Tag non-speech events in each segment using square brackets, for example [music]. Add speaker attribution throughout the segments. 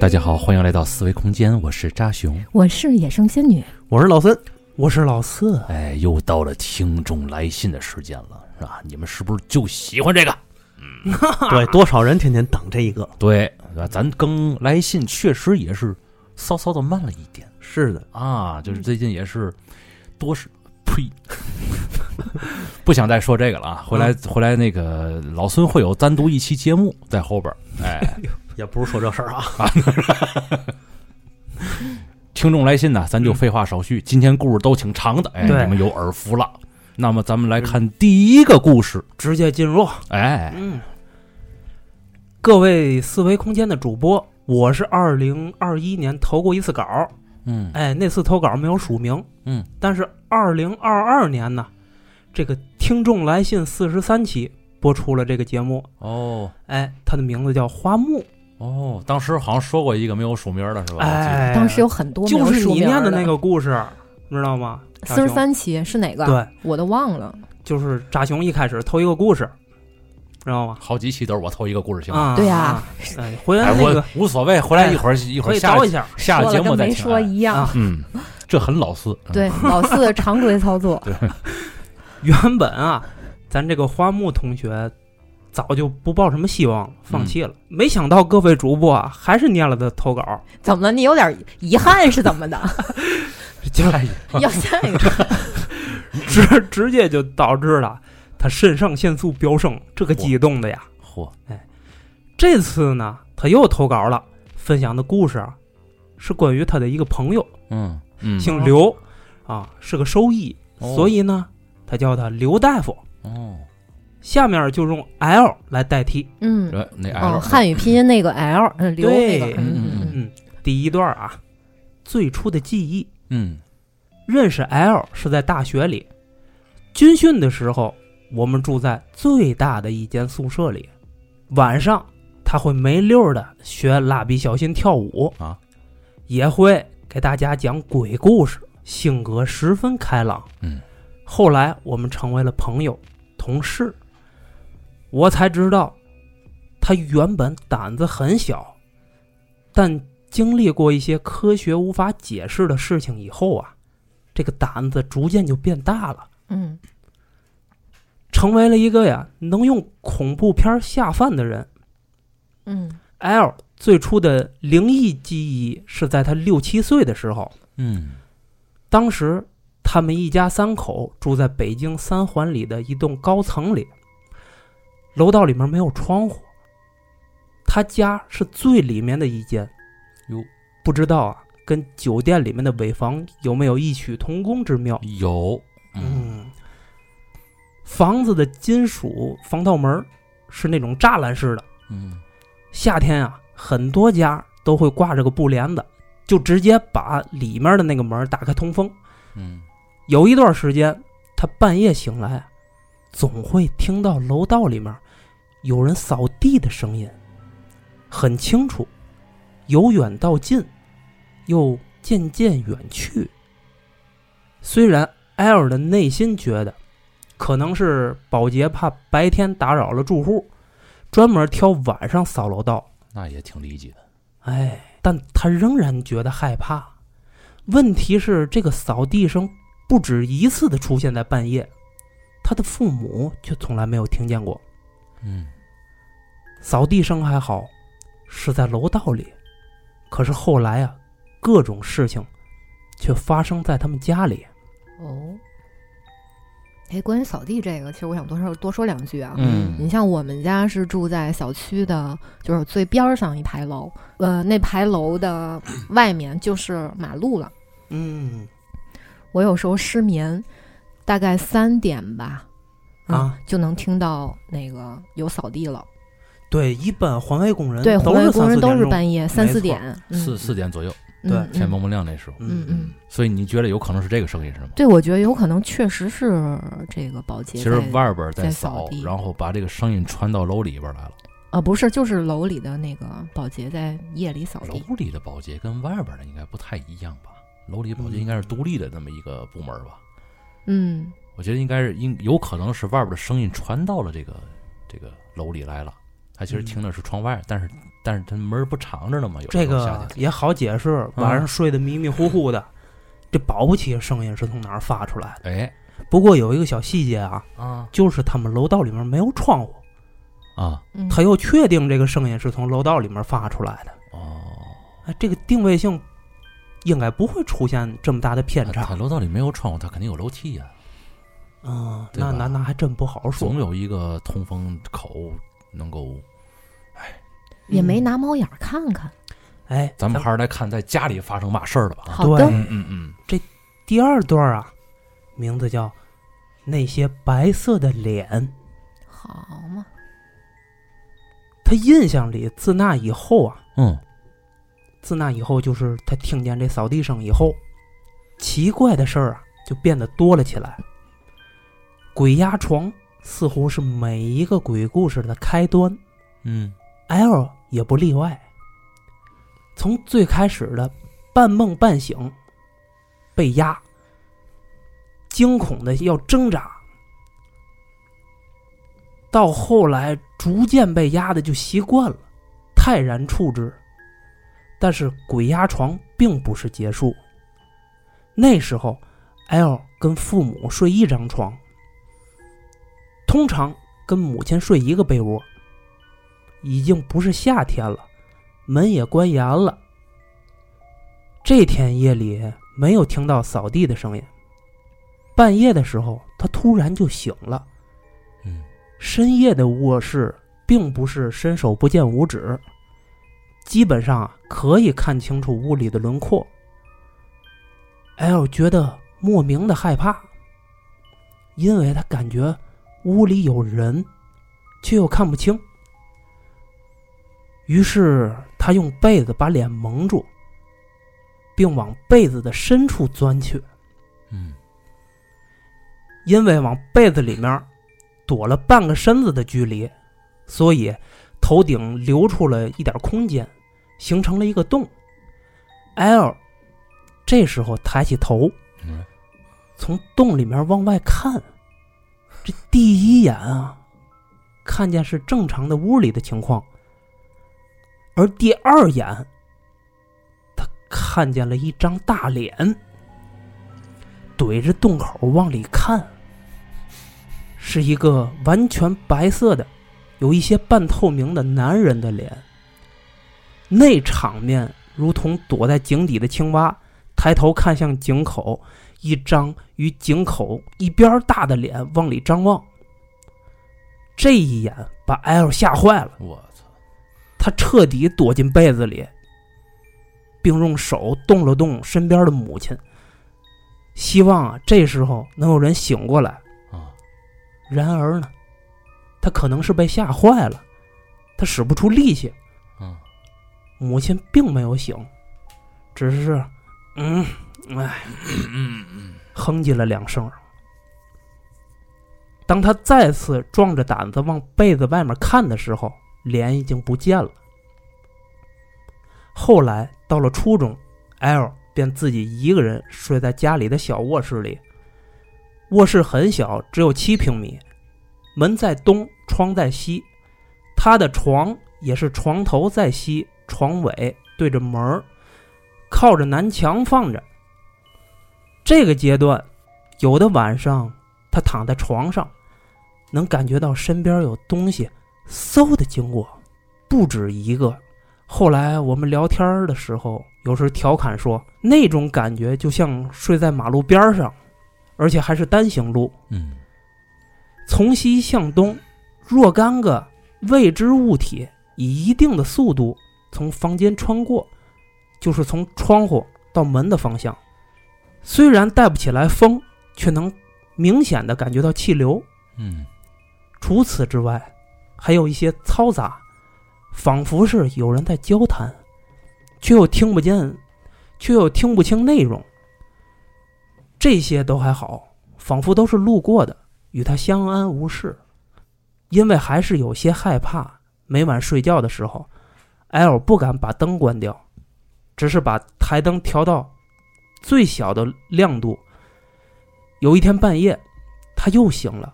Speaker 1: 大家好，欢迎来到思维空间，我是扎熊。
Speaker 2: 我是野生仙女，
Speaker 3: 我是老森，我是老四，
Speaker 1: 哎，又到了听众来信的时间了，是吧？你们是不是就喜欢这个？
Speaker 3: 对，多少人天天等这一个？
Speaker 1: 对，啊咱更来信确实也是稍稍的慢了一点
Speaker 3: 是的，
Speaker 1: 啊，就是最近也是多是呸， [laughs] 不想再说这个了啊。回来回来，那个老孙会有单独一期节目在后边儿，哎。
Speaker 3: 也不是说这事儿啊，
Speaker 1: 听众来信呢，咱就废话少叙，今天故事都挺长的，哎，
Speaker 3: 对
Speaker 1: 你们有耳福了。那么咱们来看第一个故事，
Speaker 3: 直接进入。
Speaker 1: 哎，
Speaker 3: 嗯，各位四维空间的主播，我是二零二一年投过一次稿，
Speaker 1: 嗯
Speaker 3: 哎，那次投稿没有署名，
Speaker 1: 嗯，
Speaker 3: 但是二零二二年呢，这个听众来信四十三期播出了这个节目，
Speaker 1: 哦
Speaker 3: 哎，他的名字叫花木，
Speaker 1: 哦，当时好像说过一个没有署名的是吧？
Speaker 3: 哎，
Speaker 2: 当时有很多没
Speaker 3: 就
Speaker 2: 有
Speaker 3: 是
Speaker 2: 署
Speaker 3: 你
Speaker 2: 名
Speaker 3: 念的
Speaker 2: 的
Speaker 3: 那个故事，知道吗？
Speaker 2: 四十三期是哪个？
Speaker 3: 对，
Speaker 2: 我都忘了。
Speaker 3: 就是扎熊一开始投一个故事，知道吗？
Speaker 1: 好几期都是我头一个故事性。
Speaker 3: 啊，
Speaker 2: 对呀、
Speaker 3: 呀，哎，回来
Speaker 1: 哎，
Speaker 3: 那个
Speaker 1: 我无所谓，回来一会儿一会
Speaker 3: 可
Speaker 1: 儿
Speaker 3: 以
Speaker 1: 下
Speaker 3: 找一下，
Speaker 1: 下了节
Speaker 2: 说
Speaker 1: 目
Speaker 2: 了
Speaker 1: 再
Speaker 2: 跟没
Speaker 1: 听。
Speaker 2: 说
Speaker 1: 哎
Speaker 2: 一样。
Speaker 3: 啊
Speaker 1: 嗯，这很老四。嗯，
Speaker 2: 对，老四的常规操作。 [laughs]
Speaker 3: 原本啊，咱这个花木同学早就不抱什么希望了，
Speaker 1: 嗯
Speaker 3: 放弃了。没想到各位主播啊，还是念了他投稿，
Speaker 1: [laughs]
Speaker 2: 怎么了？你有点遗憾是怎么的？
Speaker 3: 就
Speaker 1: 哎呀
Speaker 2: 要下一个？
Speaker 3: 直直接就导致了他肾上腺素飙升，这个激动的呀！
Speaker 1: [laughs] 嚯，
Speaker 3: 这次呢，他又投稿了，分享的故事啊，是关于他的一个朋友，
Speaker 1: 嗯嗯，
Speaker 3: 姓刘，啊，是个兽医，
Speaker 1: 哦
Speaker 3: 所以呢，他叫他刘大夫。
Speaker 1: 哦，
Speaker 3: 下面就用 L 来代替。
Speaker 2: 嗯，
Speaker 1: 这那 L
Speaker 2: 哦，汉语拼音那个 L，嗯，刘那个
Speaker 3: 对，
Speaker 2: 嗯
Speaker 1: 嗯
Speaker 2: 嗯嗯，
Speaker 3: 嗯，第一段啊，最初的记忆，
Speaker 1: 嗯
Speaker 3: 认识 L 是在大学里，军训的时候，我们住在最大的一间宿舍里，晚上他会没溜的学蜡笔小新跳舞
Speaker 1: 啊，
Speaker 3: 也会给大家讲鬼故事，性格十分开朗。
Speaker 1: 嗯，
Speaker 3: 后来我们成为了朋友、同事，我才知道，他原本胆子很小，但经历过一些科学无法解释的事情以后啊，这个胆子逐渐就变大了，
Speaker 2: 嗯，
Speaker 3: 成为了一个呀能用恐怖片下饭的人。
Speaker 2: 嗯，
Speaker 3: L 最初的灵异记忆是在他六七岁的时候，
Speaker 1: 嗯
Speaker 3: 当时他们一家三口住在北京三环里的一栋高层里，楼道里面没有窗户，他家是最里面的一间。
Speaker 1: 哟，
Speaker 3: 不知道啊，跟酒店里面的尾房有没有异曲同工之妙？
Speaker 1: 有嗯
Speaker 3: 嗯，房子的金属防盗门儿是那种栅栏式的，
Speaker 1: 嗯
Speaker 3: 夏天啊，很多家都会挂着个布帘子，就直接把里面的那个门儿打开通风。
Speaker 1: 嗯
Speaker 3: 有一段时间，他半夜醒来，总会听到楼道里面有人扫地的声音，很清楚，由远到近，又渐渐远去。虽然艾尔的内心觉得，可能是保洁怕白天打扰了住户，专门挑晚上扫楼道，
Speaker 1: 那也挺理解的。
Speaker 3: 哎，但他仍然觉得害怕。问题是，这个扫地声不止一次的出现在半夜，他的父母却从来没有听见过。
Speaker 1: 嗯
Speaker 3: 扫地声还好，是在楼道里，可是后来啊，各种事情却发生在他们家里。
Speaker 2: 哦。哎，关于扫地这个，其实我想多说多说两句啊。你
Speaker 1: 嗯
Speaker 2: 像我们家是住在小区的，就是最边儿上一排楼，呃，那排楼的外面就是马路了。
Speaker 3: 嗯
Speaker 2: 我有时候失眠，大概三点吧，嗯
Speaker 3: 啊，
Speaker 2: 就能听到那个有扫地了。
Speaker 3: 对，一般环卫工人
Speaker 2: 对，环卫工人都是
Speaker 3: 夜。
Speaker 2: 半夜三
Speaker 3: 没
Speaker 2: 四
Speaker 3: 错
Speaker 2: 点，嗯
Speaker 1: 四四点左右，
Speaker 3: 对
Speaker 2: 嗯
Speaker 1: 天蒙
Speaker 2: 嗯
Speaker 1: 蒙亮那时候。
Speaker 2: 嗯嗯，
Speaker 1: 所以你觉得有可能是这个声音是吗？
Speaker 2: 对，我觉得有可能确实是这个保洁
Speaker 1: 其
Speaker 2: 在。
Speaker 1: 实外边在
Speaker 2: 在
Speaker 1: 扫
Speaker 2: 扫，地
Speaker 1: 然后把这个声音传到楼里边来了。
Speaker 2: 啊，不是，就是楼里的那个保洁在夜里扫地。
Speaker 1: 楼里的保洁跟外边的应该不太一样吧？楼里保洁
Speaker 3: 嗯
Speaker 1: 应该是独立的那么一个部门吧？
Speaker 2: 嗯，
Speaker 1: 我觉得应该是应有可能是外边的声音传到了这个这个楼里来了，他其实
Speaker 3: 嗯
Speaker 1: 听的是窗外，但是但是他门儿不敞着呢嘛，有
Speaker 3: 这
Speaker 1: 时候夏
Speaker 3: 个
Speaker 1: 天
Speaker 3: 也好解释，晚上睡得迷迷糊糊的，这保不齐声音是从哪儿发出来的。
Speaker 1: 哎
Speaker 3: 不过有一个小细节啊，
Speaker 1: 啊
Speaker 3: 就是他们楼道里面没有窗户，
Speaker 1: 啊
Speaker 2: 嗯
Speaker 3: 他又确定这个声音是从楼道里面发出来的。
Speaker 1: 哦，
Speaker 3: 哎，这个定位性应该不会出现这么大的偏
Speaker 1: 他
Speaker 3: 差
Speaker 1: 啊他。楼道里没有窗户，他肯定有楼梯呀、
Speaker 3: 嗯，
Speaker 1: 对吧
Speaker 3: 那那那还真不好说
Speaker 1: 总。有一个通风口能够。
Speaker 2: 也没
Speaker 3: 嗯
Speaker 2: 拿猫眼儿看看。
Speaker 3: 哎，
Speaker 1: 咱们还是来看在家里发生嘛事儿了吧？啊
Speaker 2: 好的，
Speaker 3: 对
Speaker 1: 嗯嗯嗯，
Speaker 3: 第二段啊，名字叫那些白色的脸。
Speaker 2: 好嘛，
Speaker 3: 他印象里，自那以后啊，
Speaker 1: 嗯，
Speaker 3: 自那以后就是他听见这扫地声以后，奇怪的事儿啊就变得多了起来。鬼压床似乎是每一个鬼故事的开端
Speaker 1: 嗯
Speaker 3: ，L 也不例外。从最开始的半梦半醒，被压，惊恐的要挣扎，到后来逐渐被压的就习惯了，泰然处之。但是鬼压床并不是结束。那时候，L 跟父母睡一张床，通常跟母亲睡一个被窝。已经不是夏天了，门也关严了。这天夜里没有听到扫地的声音。半夜的时候，他突然就醒了。
Speaker 1: 嗯，
Speaker 3: 深夜的卧室并不是伸手不见五指，基本上啊可以看清楚屋里的轮廓。L 觉得莫名的害怕，因为他感觉屋里有人，却又看不清。于是他用被子把脸蒙住，并往被子的深处钻去。
Speaker 1: 嗯
Speaker 3: 因为往被子里面躲了半个身子的距离，所以头顶留出了一点空间，形成了一个洞。L 这时候抬起头，
Speaker 1: 嗯，
Speaker 3: 从洞里面往外看，这第一眼啊，看见是正常的屋里的情况，而第二眼，他看见了一张大脸，怼着洞口往里看，是一个完全白色的，有一些半透明的男人的脸。那场面如同躲在井底的青蛙，抬头看向井口，一张与井口一边儿大的脸往里张望。这一眼把 L 吓坏了，
Speaker 1: 嗯我操，
Speaker 3: 他彻底躲进被子里，并用手动了动身边的母亲，希望啊这时候能有人醒过来。
Speaker 1: 啊，
Speaker 3: 然而呢，他可能是被吓坏了，他使不出力气，
Speaker 1: 嗯，
Speaker 3: 母亲并没有醒，只是嗯，哎，哼唧了两声。当他再次壮着胆子往被子外面看的时候，脸已经不见了。后来到了初中，L 便自己一个人睡在家里的小卧室里。卧室很小，只有七平米，门在东，窗在西。他的床也是床头在西，床尾对着门儿，靠着南墙放着。这个阶段，有的晚上他躺在床上，能感觉到身边有东西嗖的经过，不止一个。后来我们聊天儿的时候，有时调侃说，那种感觉就像睡在马路边儿上，而且还是单行路。
Speaker 1: 嗯
Speaker 3: 从西向东，若干个未知物体以一定的速度从房间穿过，就是从窗户到门的方向。虽然带不起来风，却能明显的感觉到气流。
Speaker 1: 嗯，
Speaker 3: 除此之外，还有一些嘈杂，仿佛是有人在交谈，却又听不见，却又听不清内容。这些都还好，仿佛都是路过的，与他相安无事。因为还是有些害怕，每晚睡觉的时候，L 不敢把灯关掉，只是把台灯调到最小的亮度。有一天半夜，他又醒了。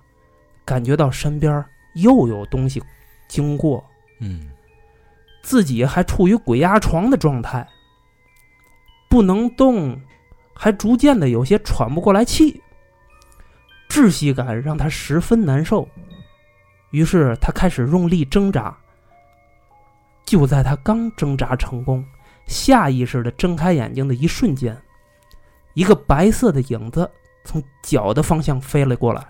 Speaker 3: 感觉到身边又有东西经过，
Speaker 1: 嗯
Speaker 3: 自己还处于鬼压床的状态，不能动，还逐渐的有些喘不过来气，窒息感让他十分难受。于是他开始用力挣扎。就在他刚挣扎成功，下意识的睁开眼睛的一瞬间，一个白色的影子从脚的方向飞了过来，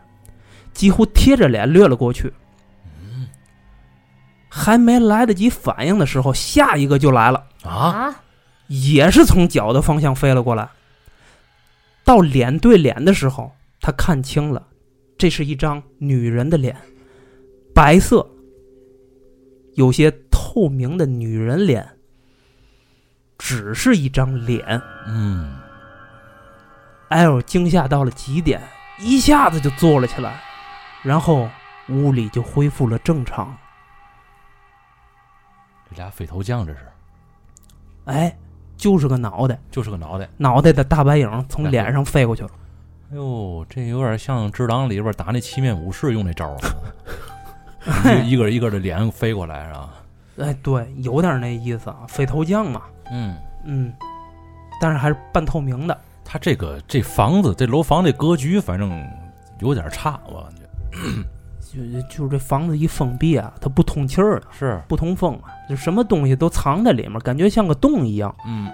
Speaker 3: 几乎贴着脸掠了过去。还没来得及反应的时候，下一个就来了，
Speaker 1: 啊，
Speaker 3: 也是从脚的方向飞了过来。到脸对脸的时候，他看清了，这是一张女人的脸，白色，有些透明的女人脸，只是一张脸。
Speaker 1: 嗯
Speaker 3: 艾尔惊吓到了极点，一下子就坐了起来，然后屋里就恢复了正常。
Speaker 1: 这俩匪头将这是，
Speaker 3: 哎，就是个脑袋。
Speaker 1: 就是个脑袋。
Speaker 3: 脑袋的大白影
Speaker 1: 嗯
Speaker 3: 从脸上飞过去了。
Speaker 1: 哎呦，这有点像《只狼》里边打那七面武士用那招 [laughs] 啊，一个一个一个的脸飞过来是吧？
Speaker 3: 哎，对，有点那意思啊，匪头将嘛，
Speaker 1: 嗯，
Speaker 3: 嗯，但是还是半透明的。
Speaker 1: 他这个这房子这楼房这格局，反正有点差，我感觉
Speaker 3: 就就是这房子一封闭啊，它不通气儿啊，
Speaker 1: 是。
Speaker 3: 不通风啊，就什么东西都藏在里面，感觉像个洞一样。
Speaker 1: 嗯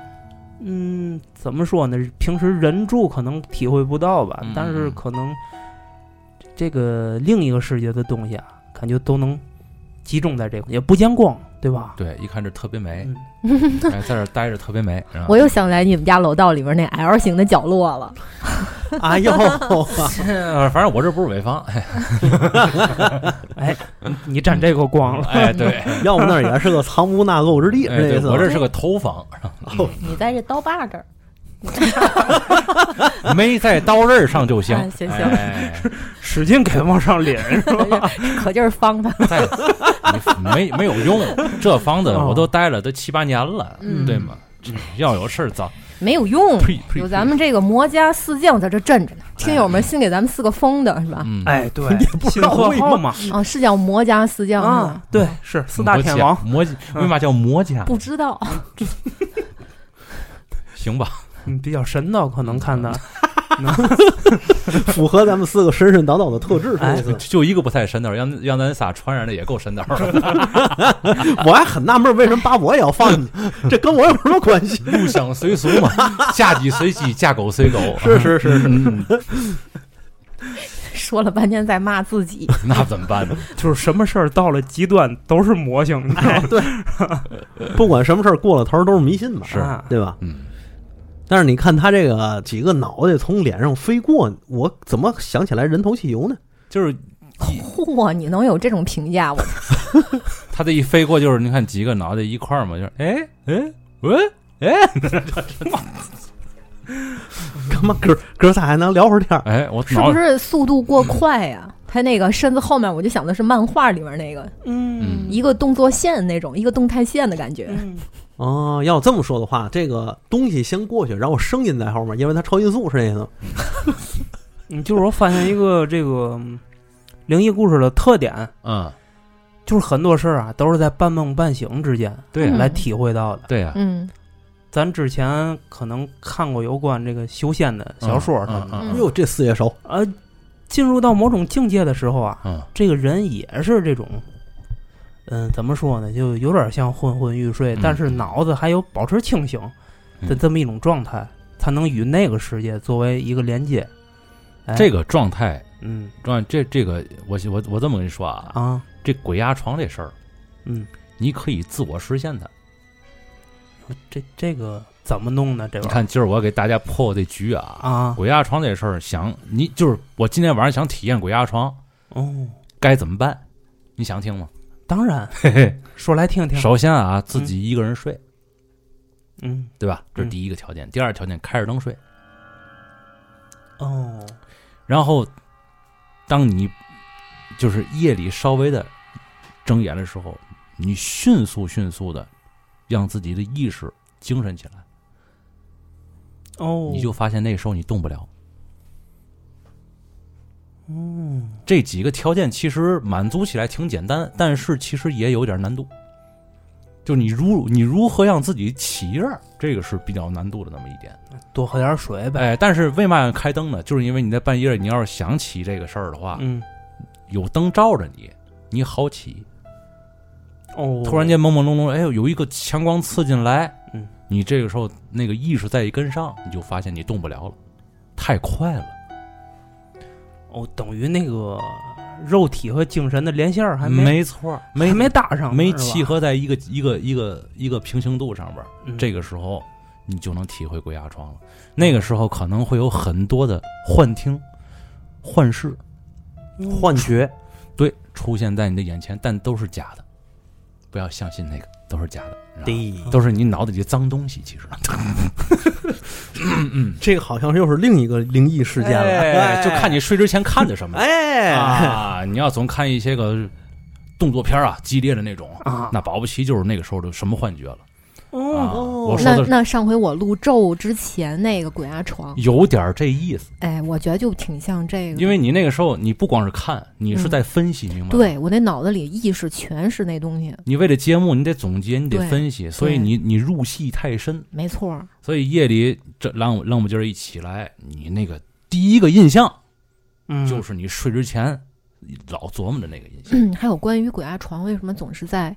Speaker 3: 嗯，怎么说呢？平时人住可能体会不到吧，
Speaker 1: 嗯嗯
Speaker 3: 但是
Speaker 1: 嗯
Speaker 3: 可能这个另一个世界的东西啊，感觉都能集中在这个，也不见光，对吧？
Speaker 1: 对，一看这特别美， [laughs]
Speaker 3: 嗯， [laughs]
Speaker 1: 哎，在这儿待着特别美。是吧
Speaker 2: 我又想来你们家楼道里边那 L 型的角落了。
Speaker 4: 哎 [laughs] 呦，
Speaker 1: 呃 [laughs] 反正我这不是潍坊，
Speaker 3: 你沾这个光了，
Speaker 1: 哎，对，
Speaker 4: 要不那儿也是个藏污纳垢之地，
Speaker 1: 哎，
Speaker 4: 是这意
Speaker 1: 对
Speaker 4: 思。
Speaker 1: 我这是个头房，
Speaker 2: 你在这刀把这儿， [laughs]
Speaker 1: 没在刀刃上就行
Speaker 2: 哎。行行
Speaker 1: 哎
Speaker 3: 使劲给它往上拎，是吧？
Speaker 2: [laughs] 可劲儿方他。
Speaker 1: 哎在你没没有用，这房子我
Speaker 3: 哦
Speaker 1: 都待了都七八年了，
Speaker 2: 嗯
Speaker 1: 对吗？这要有事儿早
Speaker 2: 没有用，
Speaker 1: 呸呸，
Speaker 2: 有咱们这个魔家四将在这镇着呢。
Speaker 1: 哎
Speaker 2: 听友们新给咱们四个封的是吧？
Speaker 1: 嗯，
Speaker 3: 哎，对，
Speaker 4: 不知
Speaker 3: 新
Speaker 4: 道
Speaker 3: 贺
Speaker 4: 为
Speaker 3: 号嘛，
Speaker 2: 啊，是叫魔家四将是吧
Speaker 3: 啊？，对，是四大天王，嗯
Speaker 1: 魔家魔为嘛叫魔家？
Speaker 2: 不知道， [laughs]
Speaker 1: 行吧，
Speaker 3: 嗯，比较神道，可能看的，
Speaker 4: 符合咱们四个神神叨叨的特质，是这意
Speaker 2: 嗯
Speaker 4: 思。
Speaker 1: 就一个不太神道，让让咱仨传染的也够神道了。
Speaker 4: 我还很纳闷，为什么把我也要放进 [laughs] 去？这跟我有什么关系？
Speaker 1: 入乡随俗嘛，
Speaker 2: [laughs]
Speaker 1: 嫁鸡随鸡，嫁狗随狗，
Speaker 4: [laughs]
Speaker 1: 啊嗯
Speaker 4: 是是是是，
Speaker 2: 说了半天在骂自己。
Speaker 1: 那怎么办呢？
Speaker 3: 就是什么事儿到了极端都是魔性，你知
Speaker 4: 哎
Speaker 3: 道吗
Speaker 4: 不管什么事儿过了头儿都 [laughs] 是迷信嘛，
Speaker 1: 是，
Speaker 3: 啊
Speaker 4: 对吧？
Speaker 1: 嗯，
Speaker 4: 但是你看他这个几个脑袋从脸上飞过，我怎么想起来人头汽油呢？ [laughs]
Speaker 1: 就是
Speaker 2: 嚯，你能有这种评价？我
Speaker 1: 他这一飞过，就是你看几个脑袋一块儿嘛，就是哎哎喂。
Speaker 4: 干嘛哥哥仨还能聊会儿天儿？
Speaker 1: 哎，我
Speaker 2: 是
Speaker 1: 脑
Speaker 2: 不是速度过快呀？他那个身子后面，我就想的是漫画里面那个
Speaker 1: 嗯
Speaker 2: 一个动作线那种，一个动态线的感觉。
Speaker 3: 嗯
Speaker 4: [laughs] 哦，要这么说的话，这个东西先过去，然后声音在后面，因为它超音速是这意思吗。
Speaker 3: 嗯，就是我发现一个这个嗯灵异故事的特点，
Speaker 1: 嗯，
Speaker 3: 就是很多事儿啊都是在半梦半醒之间
Speaker 1: 对呀
Speaker 2: 嗯
Speaker 3: 来体会到的。
Speaker 1: 对呀，
Speaker 2: 嗯，
Speaker 3: 咱之前可能看过有关这个修仙的小说什么的，
Speaker 1: 嗯
Speaker 4: 哟，这四叶熟，
Speaker 3: 呃，进入到某种境界的时候啊，
Speaker 1: 嗯，
Speaker 3: 这个人也是这种，嗯，怎么说呢，就有点像昏昏欲睡，
Speaker 1: 嗯
Speaker 3: 但是脑子还有保持清醒的
Speaker 1: 嗯
Speaker 3: 这么一种状态，才能与那个世界作为一个连接。哎、
Speaker 1: 这，个状态，
Speaker 3: 嗯
Speaker 1: 状这这个，我我我这么跟你说啊，
Speaker 3: 啊，
Speaker 1: 这鬼压床这事儿，
Speaker 3: 嗯，
Speaker 1: 你可以自我实现它。
Speaker 3: 这这个怎么弄呢？这
Speaker 1: 你
Speaker 3: 玩意儿
Speaker 1: 看，今儿我给大家破这局啊，
Speaker 3: 啊，
Speaker 1: 鬼压床这事儿，想你就是我今天晚上想体验鬼压床，
Speaker 3: 哦，
Speaker 1: 该怎么办？你想听吗？
Speaker 3: 当然，
Speaker 1: 嘿嘿，
Speaker 3: 说来听听。
Speaker 1: 首先啊，自己一个人睡，
Speaker 3: 嗯，
Speaker 1: 对吧？这是第一个条件。第二条件，开着灯睡。
Speaker 3: 哦，
Speaker 1: 然后，当你就是夜里稍微的睁眼的时候，你迅速迅速的让自己的意识精神起来，
Speaker 3: 哦，
Speaker 1: 你就发现那时候你动不了。
Speaker 3: 嗯，
Speaker 1: 这几个条件其实满足起来挺简单，但是其实也有点难度。就是你如你如何让自己起热儿，这个是比较难度的那么一点。
Speaker 3: 多喝点水呗。
Speaker 1: 哎，但是为嘛要开灯呢？就是因为你在半夜，你要是想起这个事儿的话，
Speaker 3: 嗯，
Speaker 1: 有灯照着你，你好起。
Speaker 3: 哦，
Speaker 1: 突然间朦朦胧胧，哎呦，有一个强光刺进来，
Speaker 3: 嗯，
Speaker 1: 你这个时候那个意识再一跟上，你就发现你动不了了，太快了，
Speaker 3: 哦，等于那个肉体和精神的连线儿还没
Speaker 1: 没错儿，没
Speaker 3: 还没搭上，
Speaker 1: 没
Speaker 3: 是吧
Speaker 1: 契。合在一个一个一个一个平行度上边儿，
Speaker 3: 嗯
Speaker 1: 这个时候你就能体会鬼压床了。那个时候可能会有很多的幻听、幻视，
Speaker 4: 幻觉，
Speaker 1: 对，出现在你的眼前，但都是假的，不要相信那个，都是假的，你知
Speaker 4: 对，
Speaker 1: 道吗都是你脑子里的脏东西。其实
Speaker 4: 这个好像又是另一个灵异事件了，
Speaker 1: 哎就看你睡之前看的什么。
Speaker 4: 哎，
Speaker 1: 啊，你要总看一些个动作片啊，激烈的那种，
Speaker 3: 啊，
Speaker 1: 那保不齐就是那个时候的什么幻觉了啊。
Speaker 3: 哦，
Speaker 1: 我说
Speaker 2: 那
Speaker 1: 的是
Speaker 2: 那上回我录咒之前那个鬼压床，
Speaker 1: 有点这意思，
Speaker 2: 哎，我觉得就挺像这个，
Speaker 1: 因为你那个时候你不光是看，你是在分析，明白吗？。
Speaker 2: 嗯对我那脑子里意识全是那东西，
Speaker 1: 你为了节目，你得总结，你得
Speaker 2: 对
Speaker 1: 分析，所以
Speaker 2: 对
Speaker 1: 你你入戏太深，
Speaker 2: 没错儿，
Speaker 1: 所以夜里这让我让我们今儿一起来，你那个第一个印象
Speaker 3: 嗯，
Speaker 1: 就是你睡之前老琢磨着那个印象。
Speaker 2: 嗯，还有关于鬼压床为什么总是在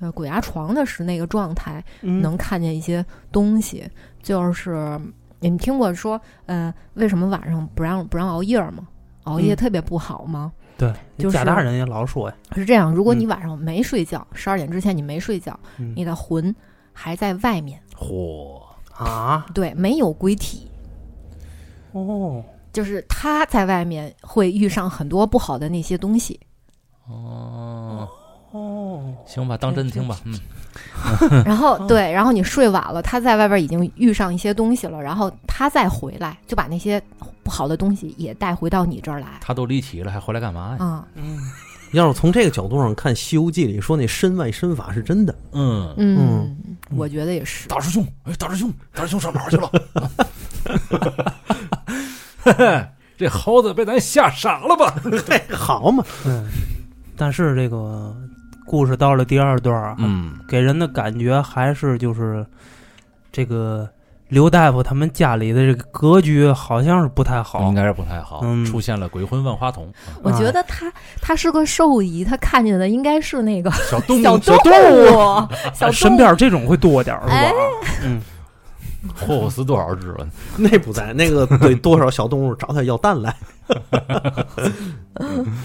Speaker 2: 呃鬼压床的是那个状态，
Speaker 3: 嗯
Speaker 2: 能看见一些东西，就是你们听过说，呃，为什么晚上不让不让熬夜儿吗？熬夜
Speaker 3: 嗯
Speaker 2: 特别不好吗？
Speaker 3: 对，
Speaker 2: 就是
Speaker 3: 贾大人也老说呀，
Speaker 2: 是这样，如果
Speaker 3: 嗯
Speaker 2: 你晚上没睡觉，十二点之前你没睡觉，
Speaker 3: 嗯
Speaker 2: 你的魂还在外面，
Speaker 1: 嚯，
Speaker 3: 啊，
Speaker 2: 对，没有归体，
Speaker 3: 哦，
Speaker 2: 就是他在外面会遇上很多不好的那些东西。
Speaker 1: 哦，
Speaker 3: 哦，
Speaker 1: 行吧，当真听吧。嗯，
Speaker 2: 然后
Speaker 3: 哦
Speaker 2: 对，然后你睡晚了，他在外边已经遇上一些东西了，然后他再回来，就把那些不好的东西也带回到你这儿来。
Speaker 1: 他都离体了，还回来干嘛呀？
Speaker 2: 啊，
Speaker 3: 嗯，
Speaker 4: [laughs] 要是从这个角度上看，《西游记》里说那身外身法是真的， [laughs]
Speaker 1: 嗯，
Speaker 2: 嗯，我觉得也是。
Speaker 1: 大师兄，哎，大师兄，大师兄上哪儿去了？ [laughs] 这猴子被咱吓傻了吧？
Speaker 4: 嘿，好嘛，
Speaker 3: 对。但是这个故事到了第二段啊，
Speaker 1: 嗯，
Speaker 3: 给人的感觉还是就是这个刘大夫他们家里的这个格局好像是不太好
Speaker 1: 应。该是不太好，嗯
Speaker 3: 嗯
Speaker 1: 出现了鬼魂万花筒，
Speaker 2: 我觉得他他是个兽医，他看见的应该是那个
Speaker 1: 小动
Speaker 2: [laughs] 小
Speaker 1: 物，
Speaker 2: 动物，小
Speaker 3: 哎身边这种会多点儿是
Speaker 2: 哎
Speaker 3: 吧？嗯，
Speaker 1: 霍霍死多少只了？
Speaker 4: 那不在那个对多少小动物找他要
Speaker 1: [laughs]
Speaker 4: 蛋来，嗯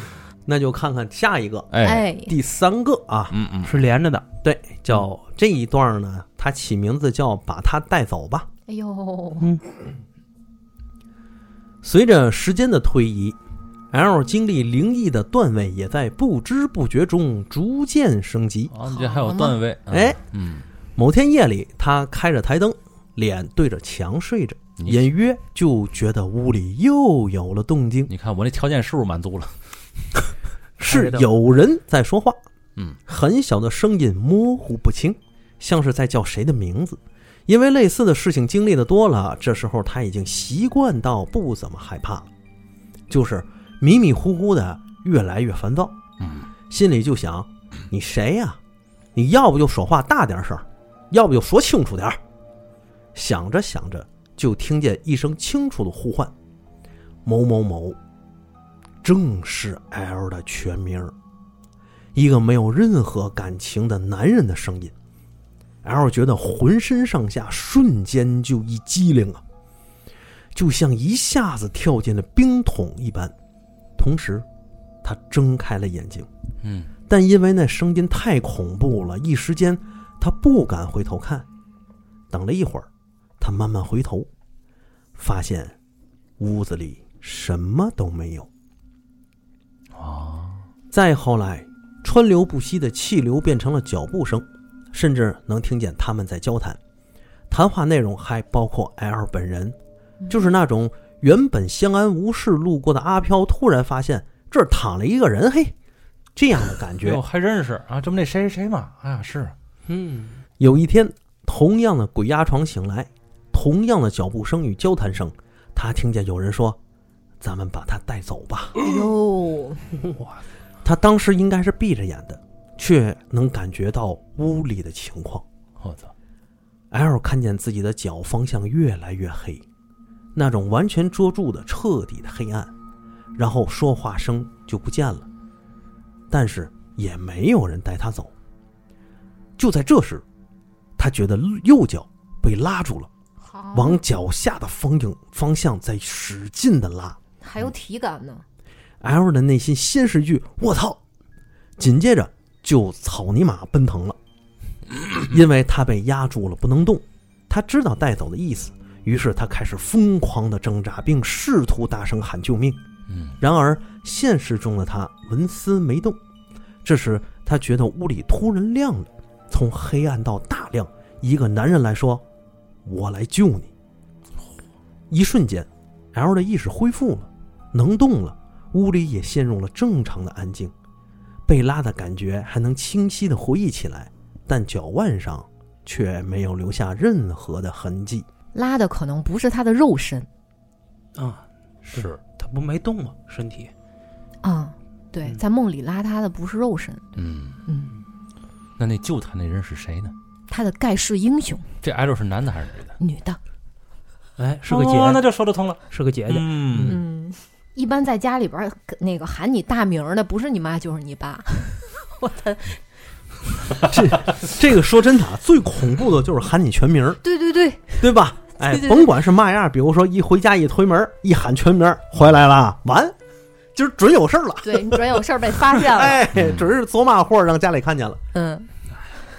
Speaker 4: 那就看看下一个
Speaker 1: 哎，
Speaker 2: 哎，
Speaker 4: 第三个啊，
Speaker 1: 嗯嗯，
Speaker 3: 是连着的。
Speaker 4: 对，叫这一段呢，它起名字叫“把它带走吧
Speaker 2: 哎呦，”。
Speaker 4: 随着时间的推移，L 经历灵异的段位也在不知不觉中逐渐升级。
Speaker 1: 啊，你这还有段位？嗯
Speaker 4: 哎，
Speaker 1: 嗯，
Speaker 4: 某天夜里，他开着台灯，脸对着墙睡着，
Speaker 1: 你
Speaker 4: 隐约就觉得屋里又有了动静，
Speaker 1: 你看我那条件是不是满足了？
Speaker 4: 是有人在说话，
Speaker 1: 嗯，
Speaker 4: 很小的声音模糊不清，像是在叫谁的名字。因为类似的事情经历的多了，这时候他已经习惯到不怎么害怕了，就是迷迷糊糊的，越来越烦躁，
Speaker 1: 嗯，
Speaker 4: 心里就想：你谁呀、你要不就说话大点声儿，要不就说清楚点儿。想着想着，就听见一声清楚的呼唤：“某某某。”正是 L 的全名儿。一个没有任何感情的男人的声音。L 觉得浑身上下瞬间就一激灵啊，就像一下子跳进了冰桶一般。同时，他睁开了眼睛，
Speaker 1: 嗯，
Speaker 4: 但因为那声音太恐怖了，一时间他不敢回头看。等了一会儿，他慢慢回头，发现屋子里什么都没有。
Speaker 1: 啊，
Speaker 4: 再后来，川流不息的气流变成了脚步声，甚至能听见他们在交谈。谈话内容还包括 L 本人，就是那种原本相安无事路过的阿飘，突然发现这儿躺了一个人，嘿，这样的感觉
Speaker 1: 哟，。还认识啊？这不那谁谁谁嘛？哎呀，是，
Speaker 3: 嗯，
Speaker 4: 有一天，同样的鬼压床醒来，同样的脚步声与交谈声，他听见有人说：“咱们把他带走吧。”
Speaker 2: 哎呦，
Speaker 3: 哇，
Speaker 4: 他当时应该是闭着眼的，却能感觉到屋里的情况。
Speaker 1: 我操，
Speaker 4: L 看见自己的脚方向越来越黑，那种完全遮住的彻底的黑暗，然后说话声就不见了，但是也没有人带他走。就在这时，他觉得右脚被拉住了，
Speaker 2: 好
Speaker 4: 往脚下的方影方向在使劲的拉。
Speaker 2: 还有体感呢，
Speaker 4: L 的内心先是一句“我操”，紧接着就草泥马奔腾了，因为他被压住了不能动。他知道带走的意思，于是他开始疯狂的挣扎，并试图大声喊救命。
Speaker 1: 嗯，
Speaker 4: 然而现实中的他纹丝没动。这时他觉得屋里突然亮了，从黑暗到大亮。一个男人来说：“我来救你。”一瞬间，L 的意识恢复了，能动了，屋里也陷入了正常的安静。被拉的感觉还能清晰的回忆起来，但脚腕上却没有留下任何的痕迹。
Speaker 2: 拉的可能不是他的肉身
Speaker 3: 啊，
Speaker 1: 是，
Speaker 3: 他不没动吗？身体
Speaker 2: 啊、对，
Speaker 3: 嗯
Speaker 2: 在梦里拉他的不是肉身，
Speaker 1: 嗯，
Speaker 2: 嗯，
Speaker 1: 那那救他那人是谁呢？
Speaker 2: 他的盖世英雄
Speaker 1: 这 L 是男的还是女的？
Speaker 2: 女的，
Speaker 3: 哎是个姐，
Speaker 1: 哦那就说得通了。
Speaker 3: 是个姐姐，
Speaker 1: 嗯，
Speaker 2: 嗯，一般在家里边儿跟那个喊你大名儿的不是你妈就是你爸，我的，
Speaker 4: 这个说真的，啊，最恐怖的就是喊你全名儿。
Speaker 2: 对对对，
Speaker 4: 对吧？哎
Speaker 2: 对，对对
Speaker 4: 甭管是嘛样，比如说一回家一推门，一喊全名儿回来了，完，今儿准有事儿了。
Speaker 2: 对你准有事儿被发现了，
Speaker 4: 哎，
Speaker 1: 嗯
Speaker 4: 准是走马货让家里看见了。
Speaker 2: 嗯，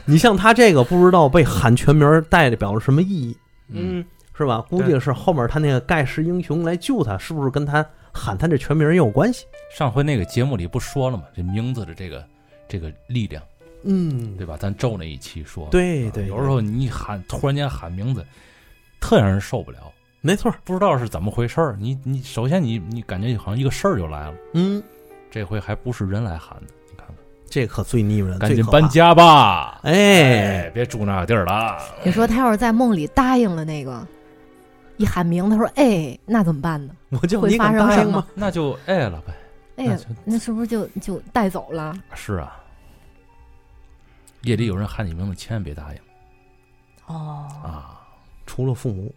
Speaker 4: 你像他这个不知道被喊全名儿代表了什么意义，
Speaker 1: 嗯，
Speaker 4: 是吧？估计是后面他那个盖世英雄来救他，是不是跟他喊他这全名儿也有关系？
Speaker 1: 上回那个节目里不说了吗？这名字的这个这个力量，
Speaker 4: 嗯，
Speaker 1: 对吧？咱咒那一期说，
Speaker 4: 对对，
Speaker 1: 有时候你一喊突然间喊名字，特让人受不了，
Speaker 4: 没错儿。
Speaker 1: 不知道是怎么回事儿。你你首先你你感觉好像一个事儿就来了，
Speaker 4: 嗯，
Speaker 1: 这回还不是人来喊的，你看看，
Speaker 4: 这可最腻歪了，
Speaker 1: 赶
Speaker 4: 最
Speaker 1: 紧
Speaker 4: 可怕
Speaker 1: 搬。家吧，
Speaker 4: 哎，
Speaker 1: 别住那个地儿了。
Speaker 2: 你说他要是在梦里答应了那个，一喊名，他说哎，那怎么办呢？
Speaker 4: 我叫
Speaker 2: 会
Speaker 4: 你
Speaker 2: 发
Speaker 4: 敢
Speaker 2: 生
Speaker 4: 答
Speaker 2: 什
Speaker 4: 应
Speaker 2: 么
Speaker 4: 吗？
Speaker 1: 那就哎了呗，
Speaker 2: 哎呀
Speaker 1: 那就，
Speaker 2: 那是不是就就带走了？
Speaker 1: 是啊。夜里有人喊你名字，千万别答应
Speaker 2: 哦，
Speaker 1: 啊！
Speaker 4: 除了父母，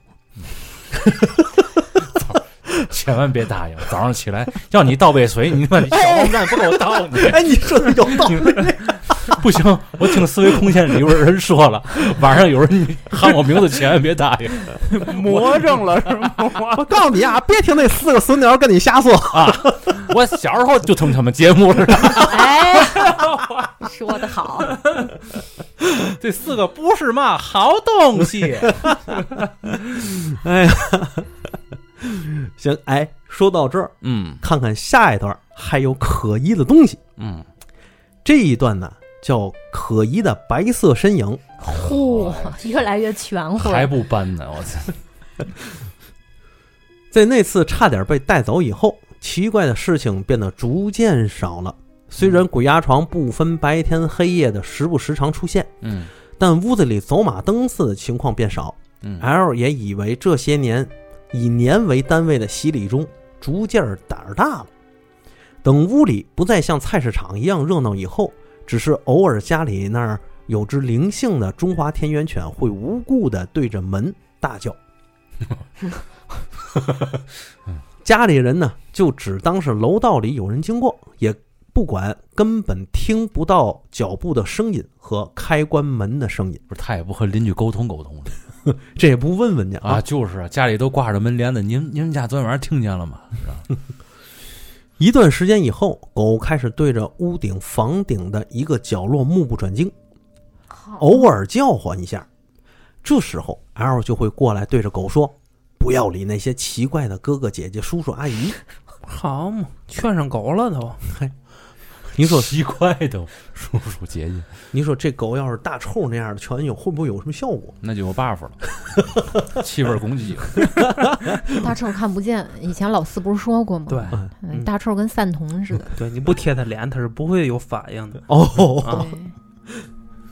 Speaker 1: 千万别答应。早上起来要你倒杯水，你妈你小王站不给我倒你。 [laughs]
Speaker 4: 哎，你说的有道理。
Speaker 1: 不行，我听思维空间里有人说了，晚上有人喊我名字，千万别答应
Speaker 5: 魔怔了是吗？
Speaker 4: [laughs] 我告诉你啊，别听那四个孙鸟跟你瞎说。
Speaker 1: 啊！我小时候就听他们节目似的，
Speaker 2: 哎，说的好，
Speaker 1: 这四个不是嘛好东西。
Speaker 4: 哎呀， [laughs] 行，哎，说到这儿，
Speaker 1: 嗯
Speaker 4: 看看下一段还有可疑的东西。
Speaker 1: 嗯，
Speaker 4: 这一段呢叫可疑的白色身影。
Speaker 2: 嚯，越来越全乎
Speaker 1: 还
Speaker 2: 了。
Speaker 1: 不搬呢，我操！
Speaker 4: 在那次差点被带走以后，奇怪的事情变得逐渐少了。虽然鬼压床不分白天黑夜的时不时常出现，
Speaker 1: 嗯
Speaker 4: 但屋子里走马灯似的情况变少。
Speaker 1: 嗯
Speaker 4: L 也以为这些年以年为单位的洗礼中，逐渐儿胆儿大了。等屋里不再像菜市场一样热闹以后，只是偶尔家里那儿有只灵性的中华田园犬会无故的对着门大叫，家里人呢就只当是楼道里有人经过，也不管，根本听不到脚步的声音和开关门的声音，
Speaker 1: 不是他也不和邻居沟通沟通了
Speaker 4: 这也不问问去
Speaker 1: 啊？就是啊，家里都挂着门帘子，您您们家昨天晚上听见了吗？是吧？
Speaker 4: 一段时间以后，狗开始对着屋顶房顶的一个角落目不转睛，
Speaker 2: 好
Speaker 4: 偶尔叫唤一下。这时候，L 就会过来对着狗说：“不要理那些奇怪的哥哥姐姐、叔叔阿姨。
Speaker 3: 好嘛，劝上狗了都。”
Speaker 4: 你说，
Speaker 1: 奇怪的叔叔姐姐，
Speaker 4: 你说这狗要是大臭那样的犬友，会不会有什么
Speaker 1: [laughs]
Speaker 4: 效果？
Speaker 1: 那就有 buff 了， [laughs] 气味攻击。
Speaker 2: 大臭看不见，以前老四不是说过吗？
Speaker 3: 对
Speaker 4: 嗯
Speaker 2: 嗯，大臭跟散瞳似的。
Speaker 3: 对，你不贴他脸，他是不会有反应的。
Speaker 4: 哦，
Speaker 3: 啊，
Speaker 2: 对，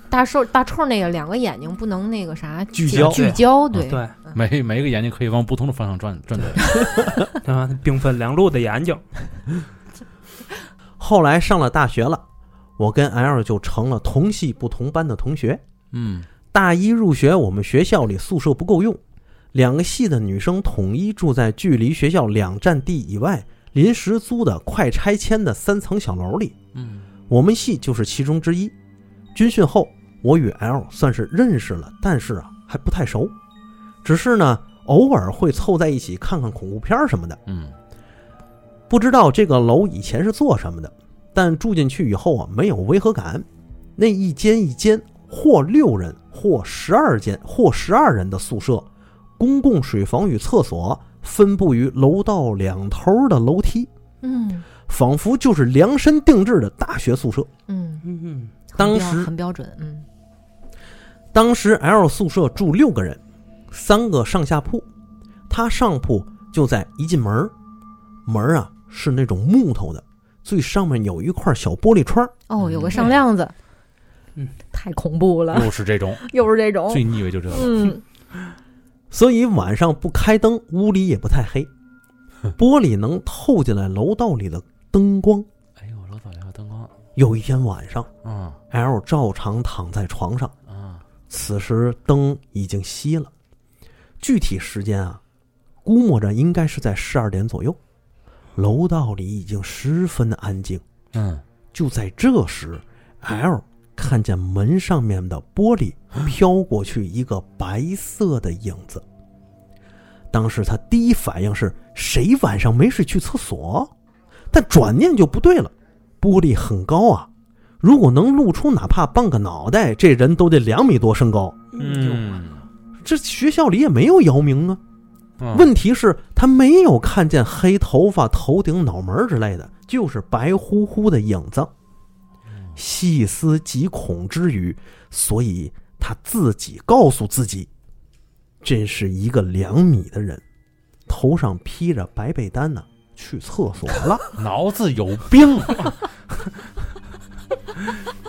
Speaker 2: 大臭大臭那个两个眼睛不能那个啥
Speaker 4: 聚焦
Speaker 2: 聚焦，对，
Speaker 3: 对，啊
Speaker 1: 每每个眼睛可以往不同的方向转转的。
Speaker 3: 啊，兵分两路的眼睛，
Speaker 4: 后来上了大学了，我跟 L 就成了同系不同班的同学。
Speaker 1: 嗯
Speaker 4: 大一入学，我们学校里宿舍不够用，两个系的女生统一住在距离学校两站地以外临时租的快拆迁的三层小楼里。
Speaker 1: 嗯
Speaker 4: 我们系就是其中之一。军训后，我与 L 算是认识了，但是啊还不太熟，只是呢偶尔会凑在一起看看恐怖片儿什么的。
Speaker 1: 嗯
Speaker 4: 不知道这个楼以前是做什么的，但住进去以后啊，没有违和感。那一间一间，或六人，或十二间，或十二人的宿舍，公共水房与厕所分布于楼道两头的楼梯，
Speaker 2: 嗯
Speaker 4: 仿佛就是量身定制的大学宿舍。
Speaker 2: 嗯，
Speaker 3: 嗯，
Speaker 2: 很
Speaker 4: 当
Speaker 2: 标
Speaker 4: 时
Speaker 2: 很标准，嗯
Speaker 4: 当时 L 宿舍住六个人，三个上下铺，他上铺就在一进门儿，门儿啊是那种木头的，最上面有一块小玻璃窗儿。
Speaker 2: 哦，
Speaker 1: 嗯
Speaker 2: 有个上量子，
Speaker 3: 嗯，
Speaker 2: 太恐怖了，
Speaker 1: 又是这种
Speaker 2: 又是这种，
Speaker 1: 最腻歪就这个，
Speaker 2: 嗯
Speaker 4: 所以晚上不开灯，屋里也不太黑，玻璃能透进来楼道里的灯光。
Speaker 1: 哎呦，老早聊灯光，
Speaker 4: 有一天晚上
Speaker 1: 嗯
Speaker 4: ，L 照常躺在床上，
Speaker 1: 啊
Speaker 4: 此时灯已经熄了，具体时间啊，估摸着应该是在十二点左右。楼道里已经十分的安静。
Speaker 1: 嗯
Speaker 4: 就在这时，L 看见门上面的玻璃飘过去一个白色的影子。当时他第一反应是谁晚上没事去厕所？但转念就不对了，玻璃很高啊，如果能露出哪怕半个脑袋，这人都得两米多身高。
Speaker 1: 嗯，
Speaker 4: 这学校里也没有姚明啊。
Speaker 1: 嗯
Speaker 4: 问题是，他没有看见黑头发、头顶、脑门儿之类的，就是白乎乎的影子。细思极恐之余，所以他自己告诉自己，这是一个两米的人，头上披着白被单呢、去厕所了。
Speaker 1: 嗯脑子有病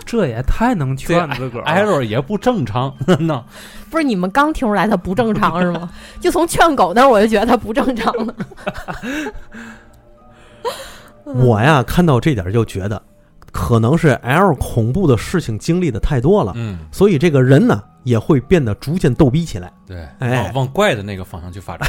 Speaker 3: 这也太能劝自个儿了。
Speaker 1: ，error 也不正常， [laughs] 那
Speaker 2: 不是你们刚听出来他不正常是吗？就从劝狗那儿我就觉得他不正常了。嗯
Speaker 4: 我呀，看到这点儿就觉得，可能是 L 恐怖的事情经历的太多了，
Speaker 1: 嗯
Speaker 4: 所以这个人呢也会变得逐渐逗逼起来。
Speaker 1: 对，
Speaker 4: 哎
Speaker 1: 往往怪的那个方向去发展，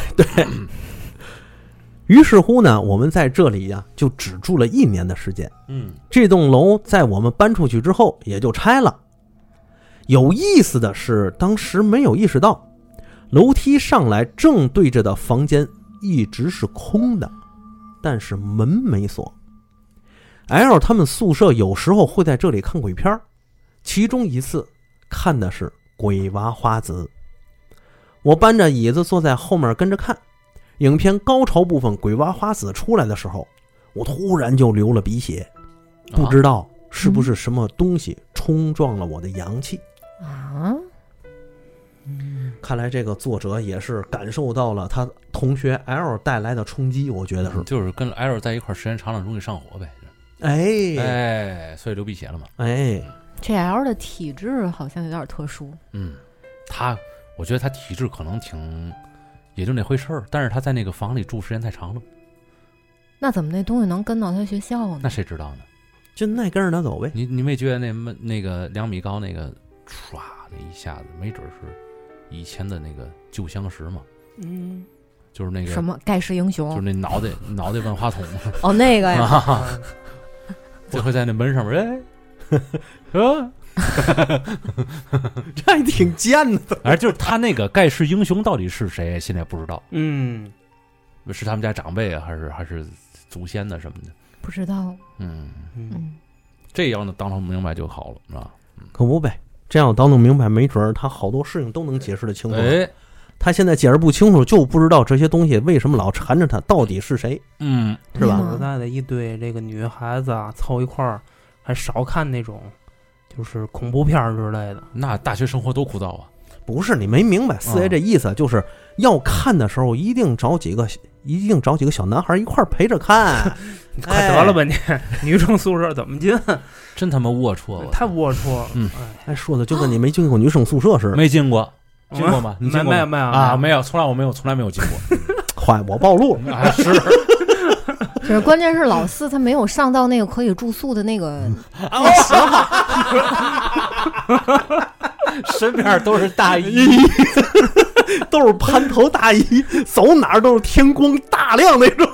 Speaker 4: 于是乎呢，我们在这里呀、就只住了一年的时间。
Speaker 1: 嗯
Speaker 4: 这栋楼在我们搬出去之后也就拆了。有意思的是，当时没有意识到，楼梯上来正对着的房间一直是空的，但是门没锁。L 他们宿舍有时候会在这里看鬼片儿，其中一次看的是《鬼娃花子》，我搬着椅子坐在后面跟着看。影片高潮部分《鬼娃花子》出来的时候，我突然就流了鼻血。不
Speaker 1: 啊
Speaker 4: 知道是不是什么东西冲撞了我的阳气。
Speaker 2: 啊，
Speaker 4: 看来这个作者也是感受到了他同学 L 带来的冲击，我觉得是
Speaker 1: 啊。就是跟 error 在一块儿时间长了容易上火呗，
Speaker 4: 哎
Speaker 1: 哎，所以流鼻血了嘛，
Speaker 4: 哎，
Speaker 2: 这 L 的体质好像有点特殊，
Speaker 1: 嗯，他我觉得他体质可能挺也就那回事儿，但是他在那个房里住时间太长了，
Speaker 2: 那怎么那东西能跟到他学校呢？
Speaker 1: 那谁知道呢？
Speaker 4: 就那跟着他走呗。
Speaker 1: 你你没觉得那闷那个两米高那个唰那一下子，没准是以前的那个旧相识嘛，
Speaker 3: 嗯，
Speaker 1: 就是那个
Speaker 2: 什么盖世英
Speaker 1: 就是
Speaker 2: 雄？
Speaker 1: 那脑
Speaker 2: [laughs]
Speaker 1: 袋脑袋万花筒
Speaker 2: 哦，那个呀，
Speaker 1: 啊， [laughs] 就会在那门上面哎， [laughs] 啊，
Speaker 4: [laughs] 这还挺贱的。
Speaker 1: 反正就是他那个盖世英雄到底是谁，现在不知道
Speaker 3: 嗯，
Speaker 1: 是他们家长辈啊，还是还是祖先的什么的，
Speaker 2: 不知道，
Speaker 1: 嗯。
Speaker 3: 嗯，
Speaker 2: 嗯，
Speaker 1: 这要能当成明白就好了，是吧？
Speaker 4: 可不呗，这样我倒弄明白，没准儿他好多事情都能解释的清楚。
Speaker 1: 哎，
Speaker 4: 他现在解释不清楚，就不知道这些东西为什么老缠着他，到底是谁，
Speaker 1: 嗯，
Speaker 4: 是吧？
Speaker 2: 嗯
Speaker 3: 古代的一堆这个女孩子啊凑一块儿，还少看那种就是恐怖片儿之类的。
Speaker 1: 那大学生活多枯燥啊！
Speaker 4: 不是你没明白，四爷这意思就是要看的时候一定找几个，一定找几个小男孩一块儿陪着 [laughs] 看。哎
Speaker 3: 你快得了吧你！女生宿舍怎么进？
Speaker 1: 真他妈龌龊啊，
Speaker 3: 太龌龊了。
Speaker 1: 嗯
Speaker 3: 哎，
Speaker 4: 哎，说的就跟你没进过女生宿舍似的。
Speaker 1: 没进过，进过
Speaker 3: [laughs]
Speaker 1: 吗？你
Speaker 3: 没
Speaker 1: 进过
Speaker 3: 没
Speaker 1: 吗
Speaker 3: 有啊没
Speaker 1: [laughs]
Speaker 3: 有
Speaker 1: 啊？没有，从来我没有，从来没有进过。
Speaker 4: 坏，我暴露了。
Speaker 1: 啊，是，
Speaker 2: 就是关键是老四他没有上到那个可以住宿的那个，
Speaker 1: 身边都是大衣，
Speaker 4: 都是盘头大衣，走哪儿都是天光大亮那种。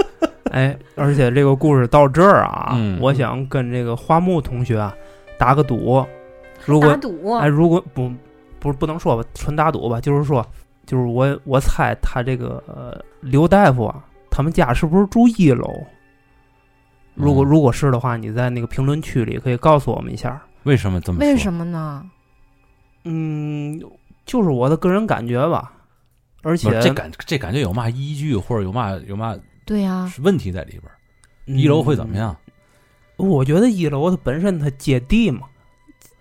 Speaker 3: [laughs] 哎，而且这个故事到这儿啊，
Speaker 1: 嗯
Speaker 3: 我想跟这个花木同学啊打个赌，如果
Speaker 2: 打赌
Speaker 3: 哎，如果不不不能说吧，纯打赌吧，就是说，就是我我猜他这个、呃、刘大夫啊，他们家是不是住一楼？如果
Speaker 1: 嗯
Speaker 3: 如果是的话，你在那个评论区里可以告诉我们一下。
Speaker 1: 为什么这么说？
Speaker 2: 为什么呢？
Speaker 3: 嗯，就是我的个人感觉吧，而
Speaker 1: 不
Speaker 3: 且
Speaker 1: 是这感这感觉有嘛依据，或者有嘛有嘛
Speaker 2: 对呀、
Speaker 1: 问题在里边儿？
Speaker 3: 嗯
Speaker 1: 一楼会怎么样？
Speaker 3: 我觉得一楼它本身它接地嘛，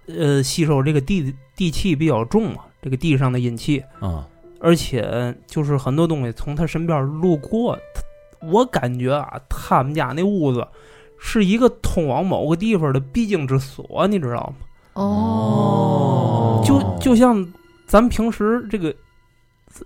Speaker 3: 呃，吸收这个地地气比较重嘛，这个地上的阴气，
Speaker 1: 嗯，
Speaker 3: 而且就是很多东西从他身边路过，他我感觉啊，他们家那屋子是一个通往某个地方的必经之所，你知道吗？
Speaker 2: 哦，
Speaker 3: 就
Speaker 1: 哦
Speaker 3: 就像咱平时这个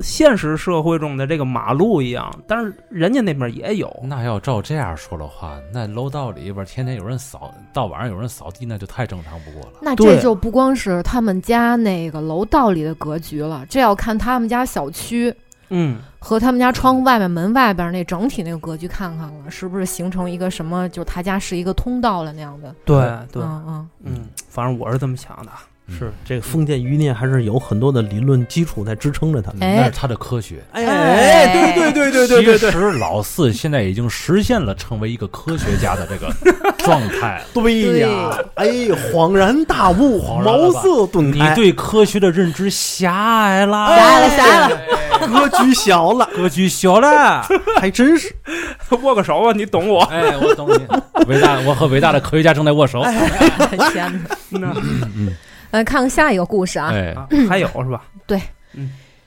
Speaker 3: 现实社会中的这个马路一样，但是人家那边也有，
Speaker 1: 那要照这样说的话，那楼道里边儿天天有人扫，到晚上有人扫地，那就太正常不过了。
Speaker 2: 那
Speaker 3: 对
Speaker 2: 这就不光是他们家那个楼道里的格局了，这要看他们家小区
Speaker 3: 嗯，
Speaker 2: 和他们家窗户外面、门外边那整体那个格局看看了，是不是形成一个什么，就是他家是一个通道了那样的？
Speaker 3: 对对，
Speaker 2: 嗯嗯，
Speaker 3: 嗯，反正我是这么想的。啊
Speaker 1: 是
Speaker 4: 这个封建余孽还是有很多的理论基础在支撑着它。
Speaker 1: 嗯那是他的科学。
Speaker 4: 哎
Speaker 2: 哎
Speaker 4: 对对对对对对
Speaker 1: 其实老四现在已经实现了成为一个科学家的这个状
Speaker 4: [laughs]
Speaker 1: 态了。
Speaker 4: 对呀！哎，恍然大悟，
Speaker 1: 恍然大悟
Speaker 4: 茅塞顿
Speaker 1: 你
Speaker 4: 开，
Speaker 1: 对科学的认知狭隘了，
Speaker 2: 狭隘了，狭隘 [laughs] 了。
Speaker 4: 格局小了，
Speaker 1: 格局小了。
Speaker 4: 还真是。
Speaker 3: [laughs] 握个手吧，你懂我。
Speaker 1: 哎，我懂你。伟大，我和伟大的科学家正在握手。
Speaker 2: 哎天哪！
Speaker 3: [laughs] 那
Speaker 2: 来看看下一个故事啊，
Speaker 1: 哎，
Speaker 3: 还有是吧？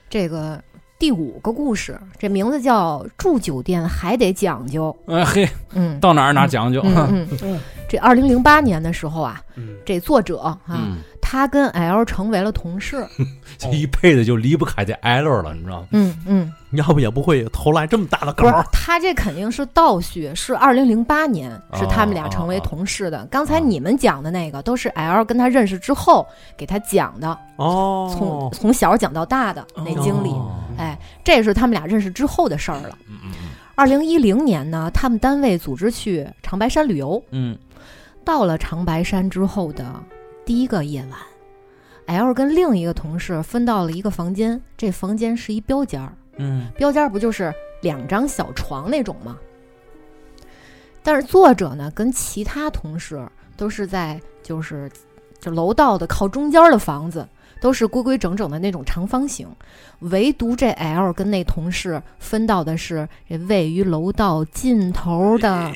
Speaker 2: 这个第五个故事，这名字叫“住酒店还得讲究
Speaker 1: 哎嘿，”。
Speaker 2: 嗯，
Speaker 1: 到哪儿哪儿讲究。
Speaker 2: 嗯嗯
Speaker 3: 嗯
Speaker 2: 嗯，这二零零八年的时候啊，
Speaker 3: 嗯，
Speaker 2: 这作者啊，
Speaker 1: 嗯，
Speaker 2: 他跟 L 成为了同事。
Speaker 1: [laughs] 这一辈子就离不开这 L 了，你知道吗？
Speaker 2: 嗯嗯，
Speaker 4: 要不也不会投来这么大的
Speaker 2: 不
Speaker 4: 稿
Speaker 2: 是
Speaker 4: 儿，
Speaker 2: 他这肯定是倒叙，是二零零八年是他们俩成为同事的。刚才你们讲的那个都是 L 跟他认识之后给他讲的，
Speaker 4: 哦
Speaker 2: 从从小讲到大的那经历。
Speaker 1: 哦
Speaker 2: 哎，这是他们俩认识之后的事儿了。
Speaker 1: 嗯嗯
Speaker 2: 二零一零年呢，他们单位组织去长白山旅游，
Speaker 1: 嗯
Speaker 2: 到了长白山之后的第一个夜晚，L 跟另一个同事分到了一个房间，这房间是一标间儿。
Speaker 1: 嗯
Speaker 2: 标间儿不就是两张小床那种吗？但是作者呢，跟其他同事都是在就是就楼道的靠中间儿的房子，都是规规整整的那种长方形，唯独这 L 跟那同事分到的是这位于楼道尽头的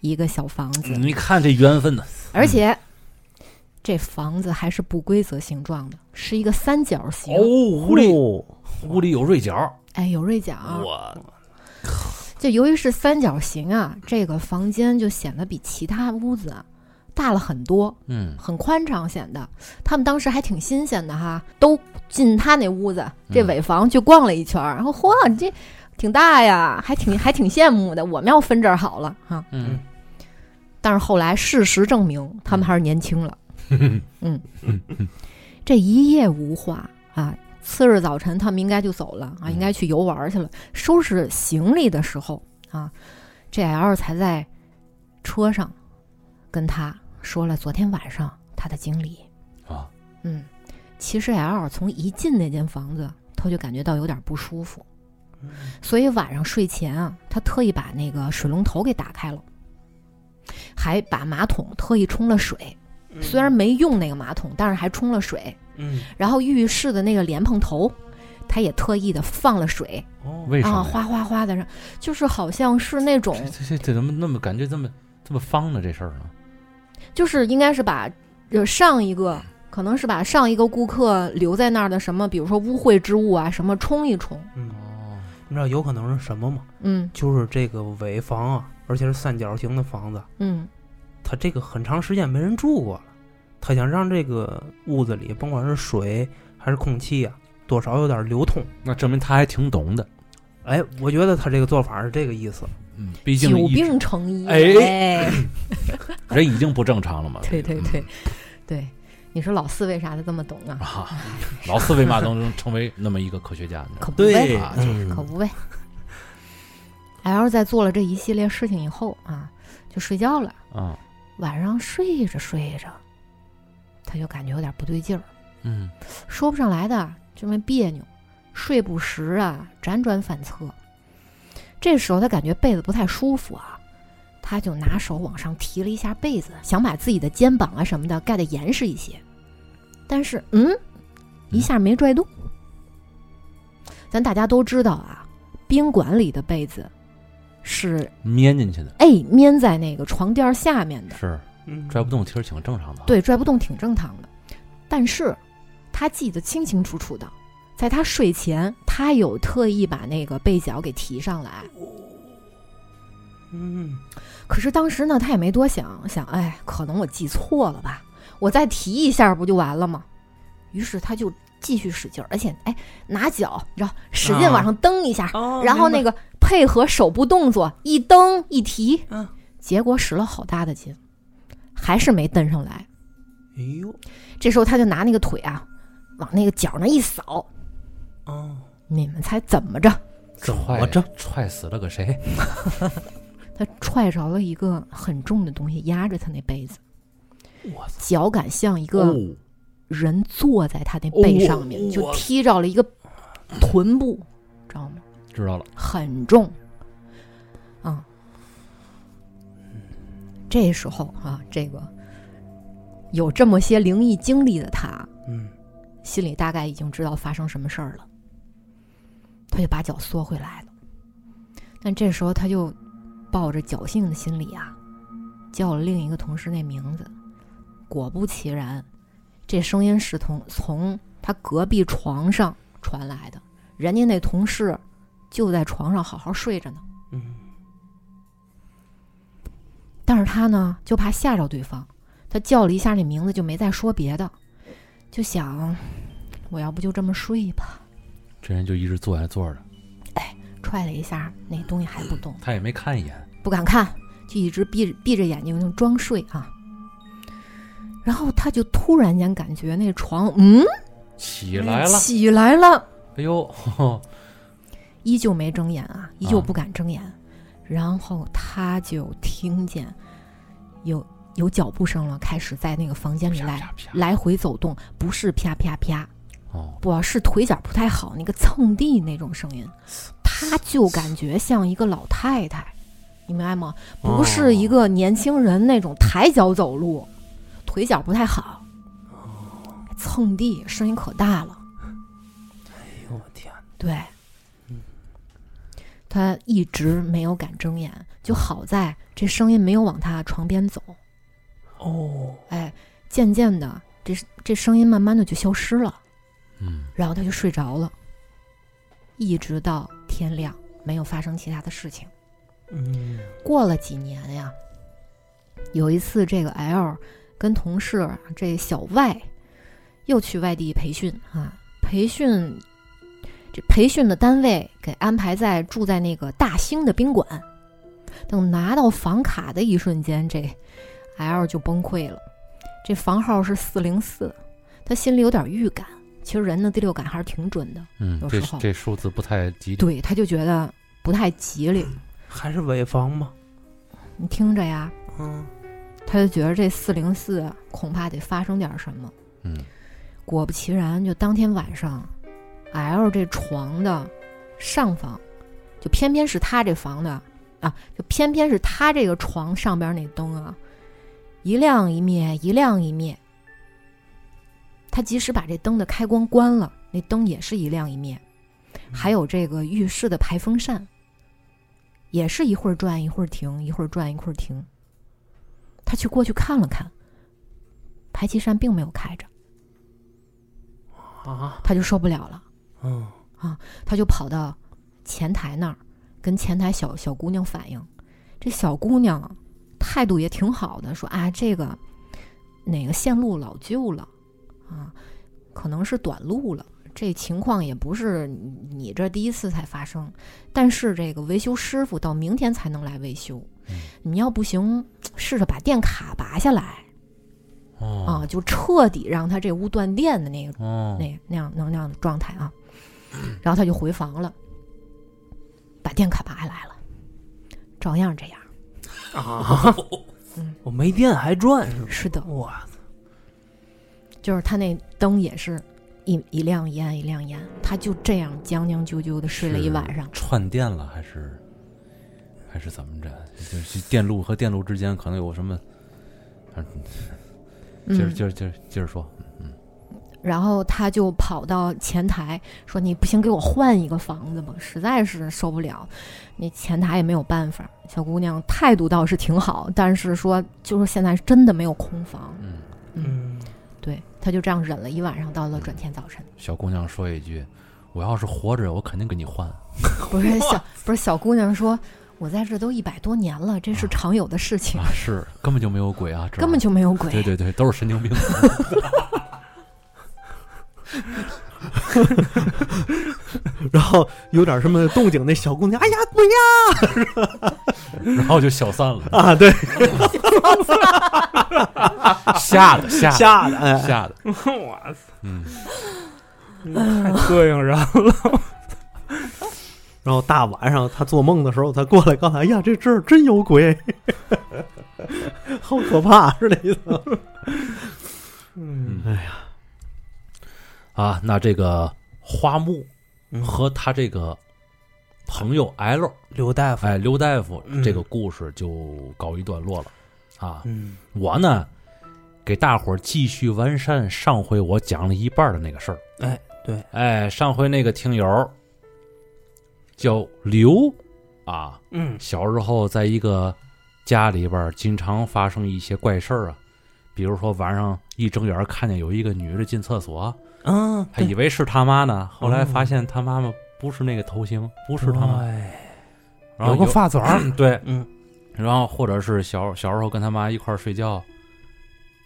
Speaker 2: 一个小房子，
Speaker 1: 嗯，你看这缘分呢。
Speaker 2: 而且这房子还是不规则形状的，是一个三角形。
Speaker 1: 哦，屋里屋里有锐角，
Speaker 2: 哎，有锐角，
Speaker 1: 我
Speaker 2: 就由于是三角形啊，这个房间就显得比其他屋子啊大了很多，
Speaker 1: 嗯
Speaker 2: 很宽敞，显得他们当时还挺新鲜的哈，都进他那屋子这尾房去逛了一圈儿，然后嚯，你这挺大呀，还挺还挺羡慕的。我们要分这儿好了哈，
Speaker 1: 嗯
Speaker 2: 但是后来事实证明，他们还是
Speaker 1: [laughs]
Speaker 2: 年轻了。嗯，这一夜无话啊。次日早晨，他们应该就走了啊，
Speaker 1: 嗯
Speaker 2: 应该去游玩去了。收拾行李的时候啊，这 L 才在车上跟他说了昨天晚上他的经历。
Speaker 1: 啊，
Speaker 2: 嗯，其实 L 从一进那间房子，他就感觉到有点不舒服，
Speaker 1: 嗯
Speaker 2: 所以晚上睡前啊，他特意把那个水龙头给打开了，还把马桶特意冲了水。
Speaker 1: 嗯
Speaker 2: 虽然没用那个马桶，但是还冲了水。
Speaker 3: 嗯，
Speaker 2: 然后浴室的那个莲蓬头，他也特意的放了水
Speaker 3: 哦
Speaker 1: 为什
Speaker 2: 啊，
Speaker 1: 么
Speaker 2: 哗哗哗的，就是好像是那种
Speaker 1: 这，这这这怎么那么感觉这么这么方呢？这事儿呢？
Speaker 2: 就是应该是把呃上一
Speaker 1: 嗯
Speaker 2: 个。可能是把上一个顾客留在那儿的什么，比如说污秽之物啊，什么冲一冲，
Speaker 3: 嗯，
Speaker 1: 哦，
Speaker 3: 你知道有可能是什么吗？
Speaker 2: 嗯
Speaker 3: 就是这个尾房啊，而且是三角形的房子，
Speaker 2: 嗯
Speaker 3: 它这个很长时间没人住过了，他想让这个屋子里甭管是水还是空气啊，多少有点流通。
Speaker 1: 那证明他还挺懂的。
Speaker 3: 哎，我觉得他这个做法是这个意思。
Speaker 1: 嗯，毕竟
Speaker 2: 久
Speaker 1: 一直
Speaker 2: 病成医。啊
Speaker 1: 哎，人已经不正常了嘛。
Speaker 2: [laughs] 对对
Speaker 1: 嗯
Speaker 2: 对，对，你说老四为啥他这么懂啊？
Speaker 1: 啊，老四为嘛能成为那么一个科学家呢？
Speaker 2: 可不呗，
Speaker 4: 对，
Speaker 1: 啊
Speaker 4: 嗯
Speaker 2: 哎可不呗。L 在做了这一系列事情以后啊，就睡觉了。
Speaker 1: 啊，
Speaker 2: 晚上睡着睡着，他就感觉有点不对劲儿，
Speaker 1: 嗯
Speaker 2: 说不上来的，就那么别扭，睡不实啊，辗转反侧。这时候他感觉被子不太舒服啊，他就拿手往上提了一下被子，想把自己的肩膀啊什么的盖得严实一些，但是嗯，一下没拽动。咱大家都知道啊，宾馆里的被子是
Speaker 1: 粘嗯进去的，
Speaker 2: 哎粘在那个床垫儿下面的，
Speaker 1: 是
Speaker 3: 嗯
Speaker 1: 拽不动，其实挺正常的。，啊
Speaker 2: 对，拽不动挺正常的。但是，他记得清清楚楚的，在他睡前，他有特意把那个被角给提上来。
Speaker 3: 嗯，
Speaker 2: 可是当时呢，他也没多想，想哎，可能我记错了吧，我再提一下不就完了吗？于是他就继续使劲儿，而且哎，拿脚，你知道，使劲往上蹬一下，
Speaker 3: 哦
Speaker 2: 然后那
Speaker 3: 个
Speaker 2: 个配合手部动作，一蹬一提，
Speaker 3: 嗯
Speaker 2: 结果使了好大的劲，还是没蹬上来。
Speaker 3: 哎呦
Speaker 2: 这时候他就拿那个腿啊，往那个脚那一扫，
Speaker 3: 哦，
Speaker 2: 你们猜怎么着？
Speaker 4: 怎
Speaker 1: 踹
Speaker 4: 么着？
Speaker 1: 踹死了个谁？
Speaker 2: 他踹着了一个很重的东西，压着他那被子，
Speaker 3: 我操，
Speaker 2: 脚感像一
Speaker 4: 哦
Speaker 2: 个，人坐在他那背上面，
Speaker 3: 哦
Speaker 2: 就踢着了一个臀部，知道吗？
Speaker 1: 知道了，
Speaker 2: 很重，啊、这时候啊，这个有这么些灵异经历的他，
Speaker 3: 嗯，
Speaker 2: 心里大概已经知道发生什么事儿了，他就把脚缩回来了。但这时候他就抱着侥幸的心理啊，叫了另一个同事那名字。果不其然，这声音是从从他隔壁床上传来的。人家那同事就在床上好好睡着呢，
Speaker 3: 嗯，
Speaker 2: 但是他呢就怕吓着对方，他叫了一下那名字就没再说别的，就想我要不就这么睡吧。
Speaker 1: 这人就一直坐在那坐着，
Speaker 2: 踹了一下，那东西还不动，
Speaker 1: 他也没看一眼。
Speaker 2: 不敢看，就一直闭着闭着眼睛就装睡啊。然后他就突然间感觉那床，嗯，
Speaker 1: 起来了，
Speaker 2: 起来了，
Speaker 1: 哎呦，呵呵
Speaker 2: 嗯依旧没睁眼啊，依旧
Speaker 1: 啊
Speaker 2: 不敢睁眼。然后他就听见有有脚步声了，开始在那个房间里
Speaker 1: 啪
Speaker 2: 来
Speaker 1: 啪啪，
Speaker 2: 来回走动，不是啪啪啪，
Speaker 1: 哦，
Speaker 2: 不是腿脚不太好，那个蹭地那种声音，他就感觉像一个老太太，你明白吗？不是一个年轻人那种抬脚走路，腿脚不太好，蹭地声音可大了。
Speaker 3: 哎呦我天，
Speaker 2: 对，他一直没有敢睁眼，就好在这声音没有往他床边走。
Speaker 3: 哦，
Speaker 2: 哎，渐渐的，这这声音慢慢的就消失了。
Speaker 1: 嗯，
Speaker 2: 然后他就睡着了，一直到天亮，没有发生其他的事情。
Speaker 3: 嗯，
Speaker 2: 过了几年呀，有一次这个 L 跟同事啊这小 Y 又去外地培训啊，培训这培训的单位给安排在住在那个大兴的宾馆。等拿到房卡的一瞬间，这 L 就崩溃了。这房号是四零四，他心里有点预感。其实人的第六感还是挺准的，
Speaker 1: 嗯
Speaker 2: 有，
Speaker 1: 这
Speaker 2: 时候
Speaker 1: 这数字不太吉利。
Speaker 2: 对，他就觉得不太吉利。
Speaker 3: 还是尾房吗？
Speaker 2: 你听着呀，
Speaker 3: 嗯，
Speaker 2: 他就觉得这四零四恐怕得发生点什么。
Speaker 1: 嗯，
Speaker 2: 果不其然，就当天晚上，L 这床的上方，就偏偏是他这房的啊，就偏偏是他这个床上边那灯啊，一亮一灭，一亮一灭。他即使把这灯的开关关了，那灯也是一亮一灭。还有这个浴室的排风扇，也是一会儿转一会儿停，一会儿转一会儿停。他去过去看了看，排气扇并没有开着，
Speaker 3: 啊，
Speaker 2: 他就受不了了，
Speaker 3: 嗯，
Speaker 2: 他就跑到前台那儿跟前台小小姑娘反映。这小姑娘啊态度也挺好的，说啊，这个哪个线路老旧了啊，可能是短路了，这情况也不是你你这第一次才发生，但是这个维修师傅到明天才能来维修
Speaker 1: 嗯，
Speaker 2: 你要不行，试着把电卡拔下来
Speaker 1: 哦
Speaker 2: 啊，就彻底让他这屋断电的那个
Speaker 1: 哦
Speaker 2: 那那样能量的状态啊。然后他就回房了，把电卡拔下来了，照样这样。
Speaker 3: 啊
Speaker 2: 嗯！
Speaker 3: 我没电还转是吗？
Speaker 2: 是的，
Speaker 3: 哇，
Speaker 2: 就是他那灯也是一一亮一暗一亮一暗，他就这样将将就就的睡了一晚上。
Speaker 1: 串电了还是还是怎么着？就是电路和电路之间可能有什么？反正接着
Speaker 2: 嗯，
Speaker 1: 接着接着接着说，
Speaker 2: 然后他就跑到前台说：“你不行，给我换一个房子吧，实在是受不了。”那前台也没有办法，小姑娘态度倒是挺好，但是说就是现在真的没有空房，
Speaker 1: 嗯，
Speaker 3: 嗯，
Speaker 2: 对，他就这样忍了一晚上，到了转天早晨。
Speaker 1: 小姑娘说一句：“我要是活着，我肯定给你换。啊
Speaker 2: [laughs] 不是小，不是小姑娘说，我在这都一百多年了，这是常有的事”情
Speaker 1: 啊，，是根本就没有鬼啊，
Speaker 2: 根本
Speaker 1: 就
Speaker 2: 就没有鬼。
Speaker 1: 对对对，都是神经病。 [laughs]
Speaker 4: 然后有点什么动静，那小姑娘，哎呀，鬼呀
Speaker 1: 然后就消散
Speaker 4: [laughs]
Speaker 1: 了，
Speaker 4: 啊！对，
Speaker 1: 吓的吓的
Speaker 4: [laughs] 吓得，哎，
Speaker 1: 吓的，
Speaker 5: 我操，
Speaker 1: 嗯，
Speaker 5: 太膈应
Speaker 3: [laughs]
Speaker 5: 人了。
Speaker 4: 然后大晚上她做梦的时候，她过来告诉她，哎呀，这这儿真有鬼， [laughs] 好可怕，是那意 [laughs] 思。
Speaker 5: 嗯
Speaker 1: 哎呀，啊，那这个花木
Speaker 3: 嗯
Speaker 1: 和他这个朋友 L，
Speaker 3: 刘大夫，
Speaker 1: 哎，刘大夫
Speaker 3: 嗯
Speaker 1: 这个故事就告一段落了啊。
Speaker 3: 嗯
Speaker 1: 我呢，给大伙儿继续完善上回我讲了一半儿的那个事儿。
Speaker 3: 哎，对，
Speaker 1: 哎，上回那个听友儿叫刘啊，
Speaker 3: 嗯
Speaker 1: 小时候在一个家里边儿，经常发生一些怪事儿啊，比如说晚上一睁眼儿看见有一个女的进厕所，
Speaker 3: 啊，
Speaker 1: 嗯还以为是他妈呢，后
Speaker 3: 哦
Speaker 1: 来发现他妈妈不是那个头型，不是他妈，
Speaker 3: 哎，
Speaker 1: 然后
Speaker 3: 有个发嘴儿，
Speaker 1: 对，
Speaker 3: 嗯，
Speaker 1: 然后或者是小小时候跟他妈一块儿睡觉，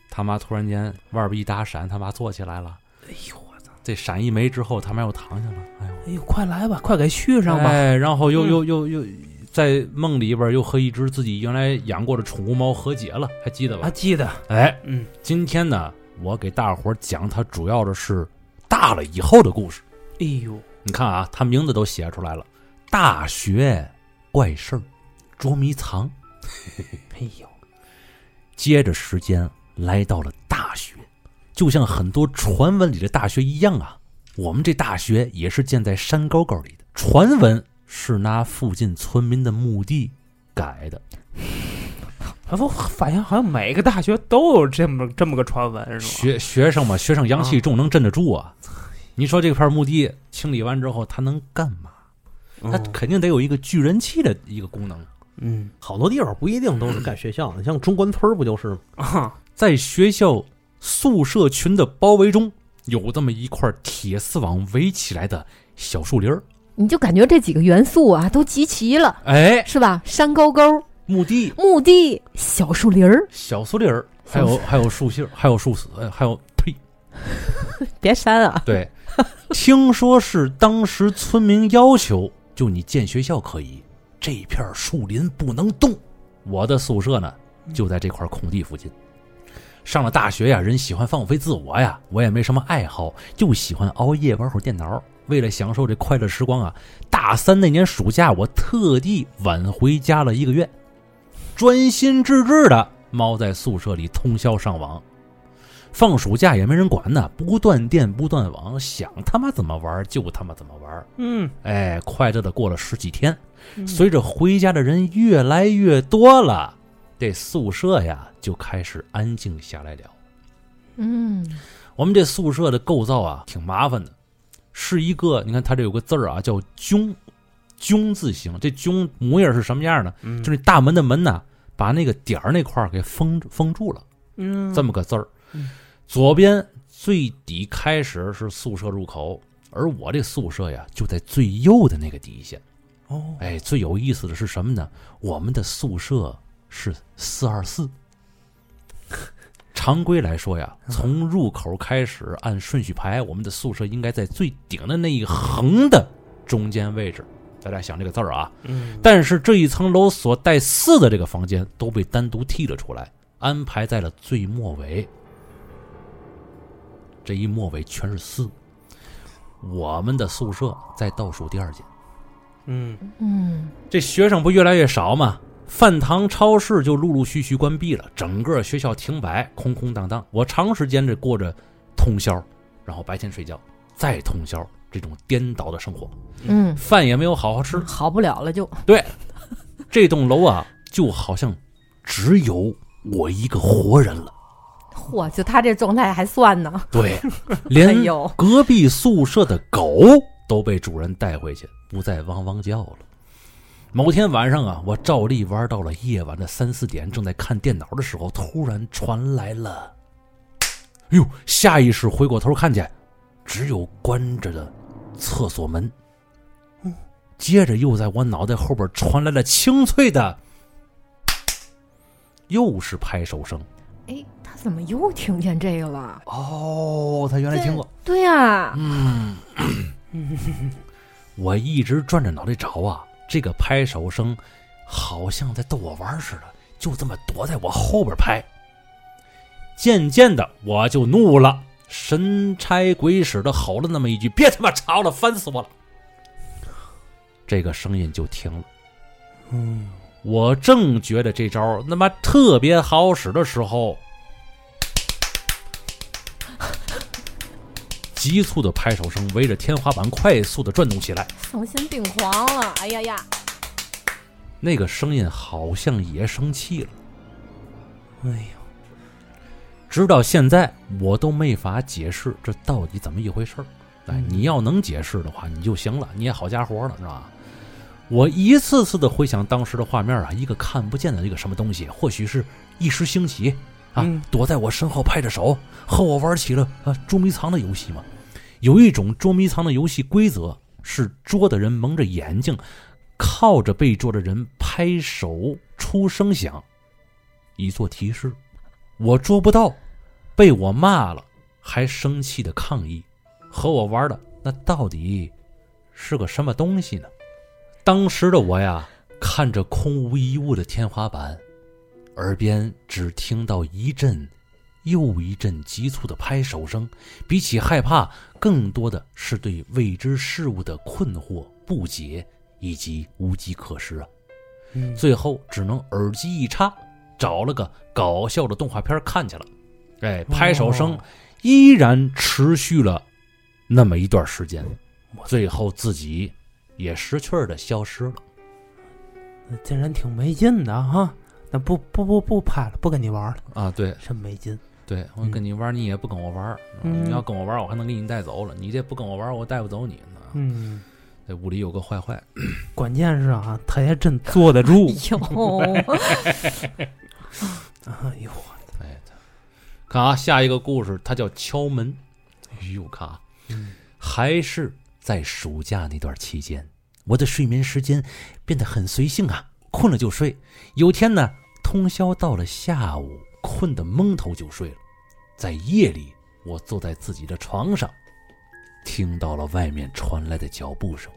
Speaker 1: 他妈突然间外边一打闪，他妈坐起来了，
Speaker 3: 哎呦我操，
Speaker 1: 这闪一没之后，他妈又躺下了，哎呦，
Speaker 3: 哎呦，快来吧，快给续上吧，
Speaker 1: 哎，然后又
Speaker 3: 嗯
Speaker 1: 又又又在梦里边又和一只自己原来养过的宠物猫和解了，还记得吧
Speaker 3: 啊，？记得，
Speaker 1: 哎，
Speaker 3: 嗯，
Speaker 1: 今天呢，我给大伙儿讲它主要的是大了以后的故事。
Speaker 3: 哎呦，
Speaker 1: 你看啊，它名字都写出来了，《大学怪事儿》捉迷藏。
Speaker 3: 哎呦，
Speaker 1: 接着时间来到了大学，就像很多传闻里的大学一样啊，我们这大学也是建在山沟沟里的。传闻是拿附近村民的墓地改的，
Speaker 3: 啊不，发现好
Speaker 5: 好
Speaker 3: 像
Speaker 5: 像每个大学都有这么这么个传闻，是吗？
Speaker 1: 学学生嘛，学生阳气重，能镇得住啊。你说这块墓地清理完之后，它能干嘛？
Speaker 3: 哦
Speaker 1: 它肯定得有一个聚人气的一个功能。
Speaker 3: 嗯
Speaker 4: 好多地方不一定都是盖学校的，像中关村儿不就是吗？
Speaker 5: 啊，
Speaker 1: 在学校宿舍群的包围中，有这么一块铁丝网围起来的小树林儿。
Speaker 2: 你就感觉这几个元素啊都集齐了，
Speaker 1: 哎，
Speaker 2: 是吧？山沟沟、
Speaker 1: 墓地、
Speaker 2: 墓地、小树林儿，
Speaker 1: 小树林儿，还有还有树杏儿，还有树死，呃还有 [laughs] 呸，
Speaker 2: 别删啊！
Speaker 1: 对，听说是当时村民要求，就你建学校可以，这片树林不能动。我的宿舍呢，就在这块空地附近。上了大学呀，人喜欢放飞自我呀，我也没什么爱好，就喜欢熬夜玩会儿电脑。为了享受这快乐时光啊，大三那年暑假，我特地晚回家了一个月，专心致志的猫在宿舍里通宵上网。放暑假也没人管呢，不断电不断网，想他妈怎么玩就他妈怎么玩。
Speaker 3: 嗯，
Speaker 1: 哎，快乐的过了十几天。
Speaker 3: 嗯
Speaker 1: 随着回家的人越来越多了，这宿舍呀就开始安静下来了。
Speaker 2: 嗯，
Speaker 1: 我们这宿舍的构造啊挺麻烦的，是一个你看它这有个字儿啊叫“囧”，囧字形。这囧模样是什么样呢？
Speaker 3: 嗯
Speaker 1: 就是大门的门呐，把那个点儿那块儿给封封住了。
Speaker 3: 嗯
Speaker 1: 这么个字儿
Speaker 3: 嗯。
Speaker 1: 左边最底开始是宿舍入口，而我这宿舍呀就在最右的那个底下。
Speaker 3: 哦，
Speaker 1: 哎，最有意思的是什么呢？我们的宿舍是四二四，常规来说呀，
Speaker 3: 嗯
Speaker 1: 从入口开始按顺序排，我们的宿舍应该在最顶的那一横的中间位置。大家想这个字儿啊，
Speaker 3: 嗯，
Speaker 1: 但是这一层楼所带四的这个房间都被单独剔了出来，安排在了最末尾。这一末尾全是四，我们的宿舍在倒数第二间。
Speaker 3: 嗯
Speaker 2: 嗯，
Speaker 1: 这学生不越来越少吗？饭堂、超市就陆陆续续关闭了，整个学校停摆，空空荡荡。我长时间这过着通宵，然后白天睡觉，再通宵这种颠倒的生活，
Speaker 2: 嗯，
Speaker 1: 饭也没有好好吃，
Speaker 2: 好不了了就，
Speaker 1: 这栋楼啊，就好像只有我一个活人了。
Speaker 2: 嚯，就他这状态还算呢，
Speaker 1: [laughs] 对，
Speaker 2: 哎
Speaker 1: 连
Speaker 2: 呦，
Speaker 1: 隔壁宿舍的狗都被主人带回去，不再汪汪叫了。某天晚上啊，我照例玩到了夜晚的三四点，正在看电脑的时候，突然传来了，哎呦！下意识回过头看见，只有关着的厕所门。接着又在我脑袋后边传来了清脆的，又是拍手声。
Speaker 2: 哎，他怎么又听见这个了？
Speaker 1: 哦，他原来听过。
Speaker 2: 对呀，
Speaker 1: 嗯，我一直转着脑袋找啊，这个拍手声好像在逗我玩儿似的，就这么躲在我后边拍。渐渐的，我就怒了，神差鬼使的吼了那么一句：“别他妈吵了，烦死我了！”这个声音就停了。
Speaker 3: 嗯，
Speaker 1: 我正觉得这招他妈特别好使的时候， [laughs] 急促的拍手声围着天花板快速的转动起来。
Speaker 2: 丧心病狂了，哎呀呀，
Speaker 1: 那个声音好像也生气了。
Speaker 3: 哎呀，
Speaker 1: 直到现在，我都没法解释这到底怎么一回事儿。哎，
Speaker 3: 嗯
Speaker 1: 你要能解释的话，你就行了，你也好家伙了，是吧？我一次次的回想当时的画面啊，一个看不见的一个什么东西，或许是一时兴起啊，
Speaker 3: 嗯
Speaker 1: 躲在我身后拍着手，和我玩起了啊捉迷藏的游戏嘛。有一种捉迷藏的游戏规则是捉的人蒙着眼睛，靠着被捉的人拍手出声响，以作提示。我捉不到，被我骂了，还生气的抗议，和我玩的那到底是个什么东西呢？当时的我呀，看着空无一物的天花板，耳边只听到一阵又一阵急促的拍手声。比起害怕，更多的是对未知事物的困惑、不解以及无计可施啊。
Speaker 3: 嗯
Speaker 1: 最后只能耳机一插，找了个搞笑的动画片看去了。哎，拍手声
Speaker 3: 哦
Speaker 1: 依然持续了那么一段时间，最后自己也识趣的消失了。
Speaker 3: 这人挺没劲的啊哈。那不不不不拍了，不跟你玩了，
Speaker 1: 啊，对
Speaker 3: 真没劲。
Speaker 1: 对，我
Speaker 3: 嗯
Speaker 1: 跟你玩儿，你也不跟我玩儿。
Speaker 3: 嗯
Speaker 1: 你要跟我玩儿，我还能给你带走了。你这不跟我玩儿，我带不走你呢。
Speaker 3: 嗯，
Speaker 1: 这屋里有个坏坏，
Speaker 3: 关键是啊，他也
Speaker 1: [laughs]
Speaker 3: 真坐得住。
Speaker 1: 哦
Speaker 2: 有，
Speaker 3: 哎呦，
Speaker 1: 哎，他看啊，下一个故事，它叫敲门。哎呦，看啊，
Speaker 3: 嗯
Speaker 1: 还是在暑假那段期间，我的睡眠时间变得很随性啊，困了就睡。有天呢，通宵到了下午，困得蒙头就睡了。在夜里，我坐在自己的床上，听到了外面传来的脚步声，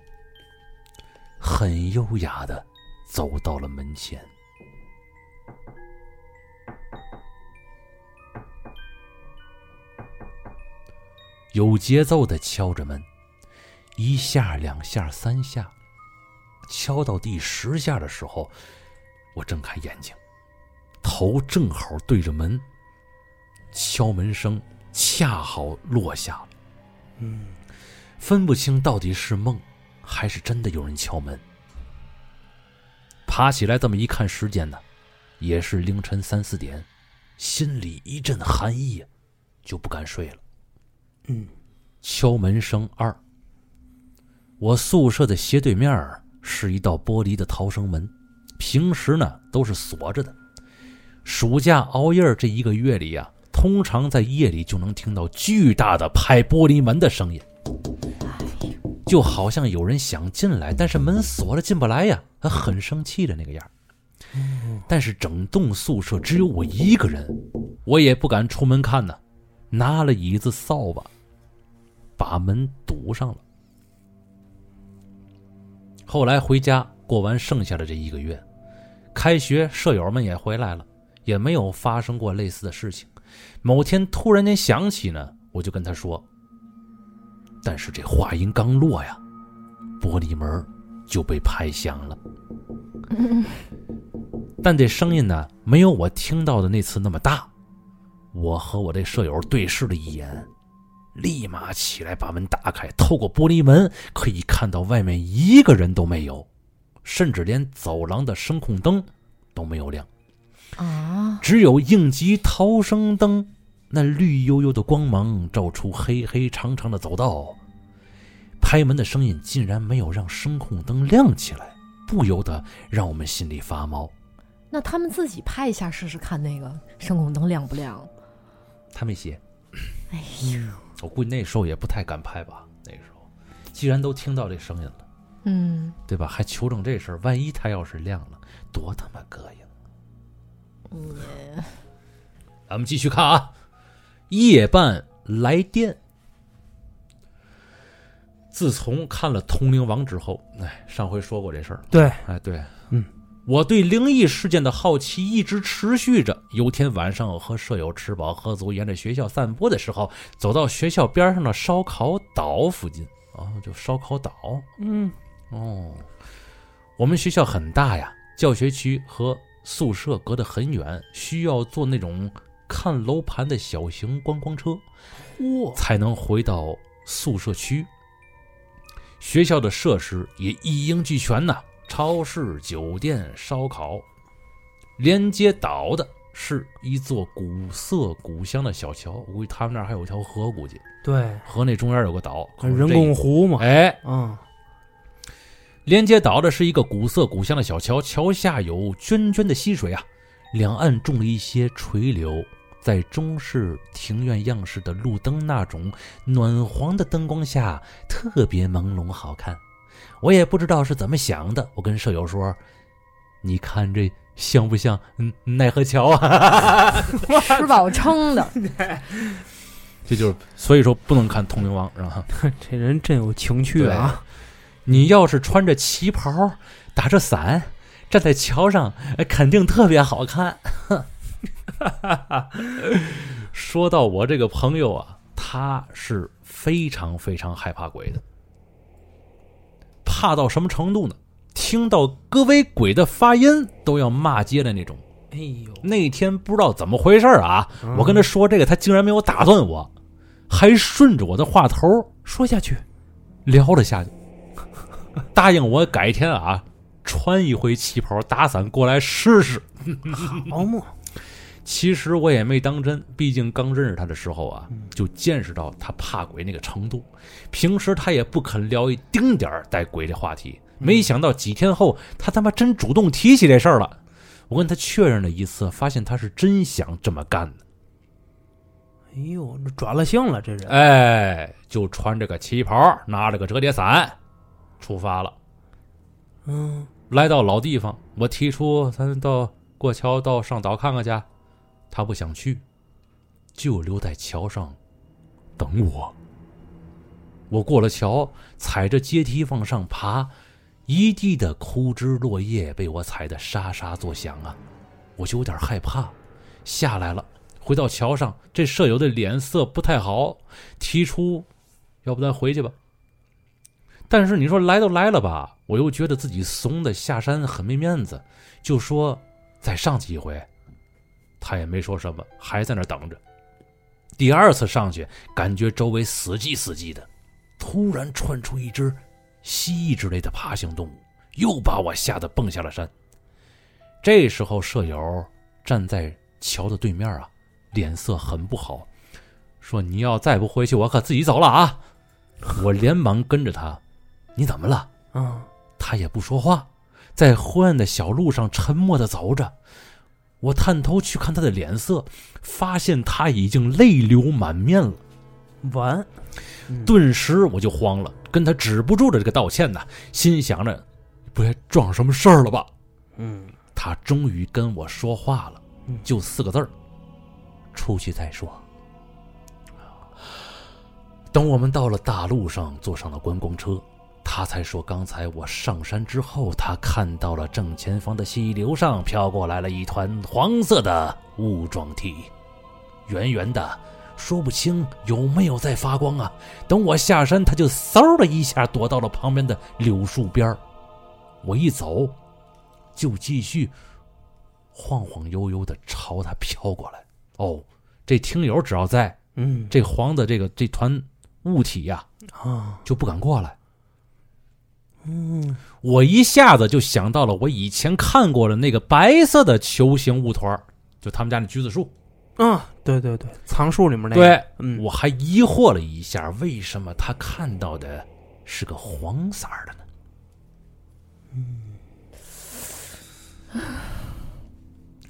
Speaker 1: 很优雅的走到了门前。有节奏的敲着门，一下、两下、三下，敲到第十下的时候，我睁开眼睛，头正好对着门，敲门声恰好落下了，
Speaker 3: 嗯，
Speaker 1: 分不清到底是梦还是真的有人敲门。爬起来这么一看时间呢，也是凌晨三四点，心里一阵寒意，就不敢睡了。
Speaker 3: 嗯，
Speaker 1: 敲门声二。我宿舍的斜对面儿是一道玻璃的逃生门，平时呢都是锁着的。暑假熬夜儿这一个月里啊，通常在夜里就能听到巨大的拍玻璃门的声音，就好像有人想进来，但是门锁了进不来呀，他很生气的那个样儿。但是整栋宿舍只有我一个人，我也不敢出门看呢，拿了椅子、扫把，把门堵上了。后来回家过完剩下的这一个月，开学舍友们也回来了，也没有发生过类似的事情。某天突然间想起呢，我就跟他说，但是这话音刚落呀，玻璃门就被拍响了。但这声音呢，没有我听到的那次那么大。我和我这舍友对视了一眼，立马起来把门打开，透过玻璃门可以看到外面一个人都没有，甚至连走廊的声控灯都没有亮，
Speaker 2: 啊，
Speaker 1: 只有应急逃生灯那绿油油的光芒照出黑黑长长的走道。拍门的声音竟然没有让声控灯亮起来，不由得让我们心里发毛。
Speaker 2: 那他们自己拍一下试试看，那个声控灯亮不亮？
Speaker 1: 他没写，
Speaker 2: 哎呦，
Speaker 1: 我估计那时候也不太敢拍吧。那个时候，既然都听到这声音了，
Speaker 2: 嗯，
Speaker 1: 对吧？还求证这事儿，万一它要是亮了，多他妈膈应！啊咱们继续看啊，夜半来电。自从看了《通灵王》之后，哎，上回说过这事儿，
Speaker 3: 对，
Speaker 1: 哎，对，
Speaker 3: 嗯，
Speaker 1: 我对灵异事件的好奇一直持续着。有天晚上，我和舍友吃饱喝足，沿着学校散步的时候，走到学校边上的烧烤岛附近。哦，就烧烤岛。
Speaker 5: 嗯，
Speaker 1: 哦，我们学校很大呀，教学区和宿舍隔得很远，需要坐那种看楼盘的小型观光车。
Speaker 5: 哇，
Speaker 1: 才能回到宿舍区。学校的设施也一应俱全呐、超市、酒店、烧烤。连接岛的是一座古色古香的小桥，我估计他们那儿还有条河，估计
Speaker 3: 对，
Speaker 1: 河那中间有个岛，可能是
Speaker 3: 人
Speaker 1: 这
Speaker 3: 工湖嘛，
Speaker 1: 哎，
Speaker 3: 嗯，
Speaker 1: 连接岛的是一个古色古香的小桥，桥下有涓涓的溪水啊，两岸种了一些垂柳，在中式庭院样式的路灯那种暖黄的灯光下，特别朦胧好看。我也不知道是怎么想的，我跟舍友说：“你看这像不像嗯奈何桥啊 [laughs]
Speaker 2: 吃饱撑 [laughs] 的，？”
Speaker 1: 这就是所以说不能看《通灵王》，然后。
Speaker 3: 这人真有情趣啊，
Speaker 1: 你要是穿着旗袍，打着伞，站在桥上，哎肯定特别好看。 [laughs] 说到我这个朋友啊，他是非常非常害怕鬼的，怕到什么程度呢？听到各位鬼的发音都要骂街的那种。
Speaker 3: 哎呦，
Speaker 1: 那天不知道怎么回事儿啊，我跟他说这个，他竟然没有打断我，还顺着我的话头儿
Speaker 3: 说下去，
Speaker 1: 聊了下去， [laughs] 答应我改天啊穿一回旗袍打伞过来试试。
Speaker 3: 好嘛，
Speaker 1: 其实我也没当真，毕竟刚认识他的时候啊，就见识到他怕鬼那个程度。平时他也不肯聊一丁点儿带鬼这话题。没想到几天后，他他妈真主动提起这事儿了。我跟他确认了一次，发现他是真想这么干的。
Speaker 3: 哎呦，这转了性了，这人，
Speaker 1: 哎，就穿着个旗袍，拿着个折叠伞，出发了。
Speaker 3: 嗯，
Speaker 1: 来到老地方，我提出咱到过桥到上岛看看去，他不想去，就留在桥上等我。我过了桥，踩着阶梯往上爬，一地的枯枝落叶被我踩得沙沙作响啊，我就有点害怕，下来了。回到桥上，这舍友的脸色不太好，提出，要不咱回去吧。但是你说来都来了吧，我又觉得自己怂的下山很没面子，就说再上去一回。他也没说什么，还在那儿等着。第二次上去，感觉周围死寂死寂的，突然窜出一只蜥蜴之类的爬行动物，又把我吓得蹦下了山。这时候舍友站在桥的对面啊，脸色很不好，说：“你要再不回去，我可自己走了啊！”我连忙跟着他，你怎么了？
Speaker 3: 啊，
Speaker 1: 他也不说话，在昏暗的小路上沉默的走着。我探头去看他的脸色，发现他已经泪流满面了。
Speaker 3: 完，嗯
Speaker 1: 顿时我就慌了，跟他止不住的这个道歉呐，心想着，不该撞什么事儿了吧？
Speaker 3: 嗯，
Speaker 1: 他终于跟我说话了
Speaker 3: 嗯，
Speaker 1: 就四个字儿：出去再说。等我们到了大路上，坐上了观光车，他才说，刚才我上山之后，他看到了正前方的溪流上飘过来了一团黄色的雾状体，圆圆的，说不清有没有在发光啊。等我下山，他就嗖的一下躲到了旁边的柳树边儿我一走，就继续晃晃悠悠的朝他飘过来。哦，这听友只要在，
Speaker 3: 嗯，
Speaker 1: 这黄的这个这团物体呀、
Speaker 3: 啊，
Speaker 1: 就不敢过来。
Speaker 3: 嗯，
Speaker 1: 我一下子就想到了我以前看过的那个白色的球形物团儿，就他们家那橘子树。
Speaker 3: 啊，
Speaker 5: 对对对，藏书里面那个，
Speaker 1: 对，
Speaker 5: 嗯，
Speaker 1: 我还疑惑了一下，为什么他看到的是个黄色儿的呢？嗯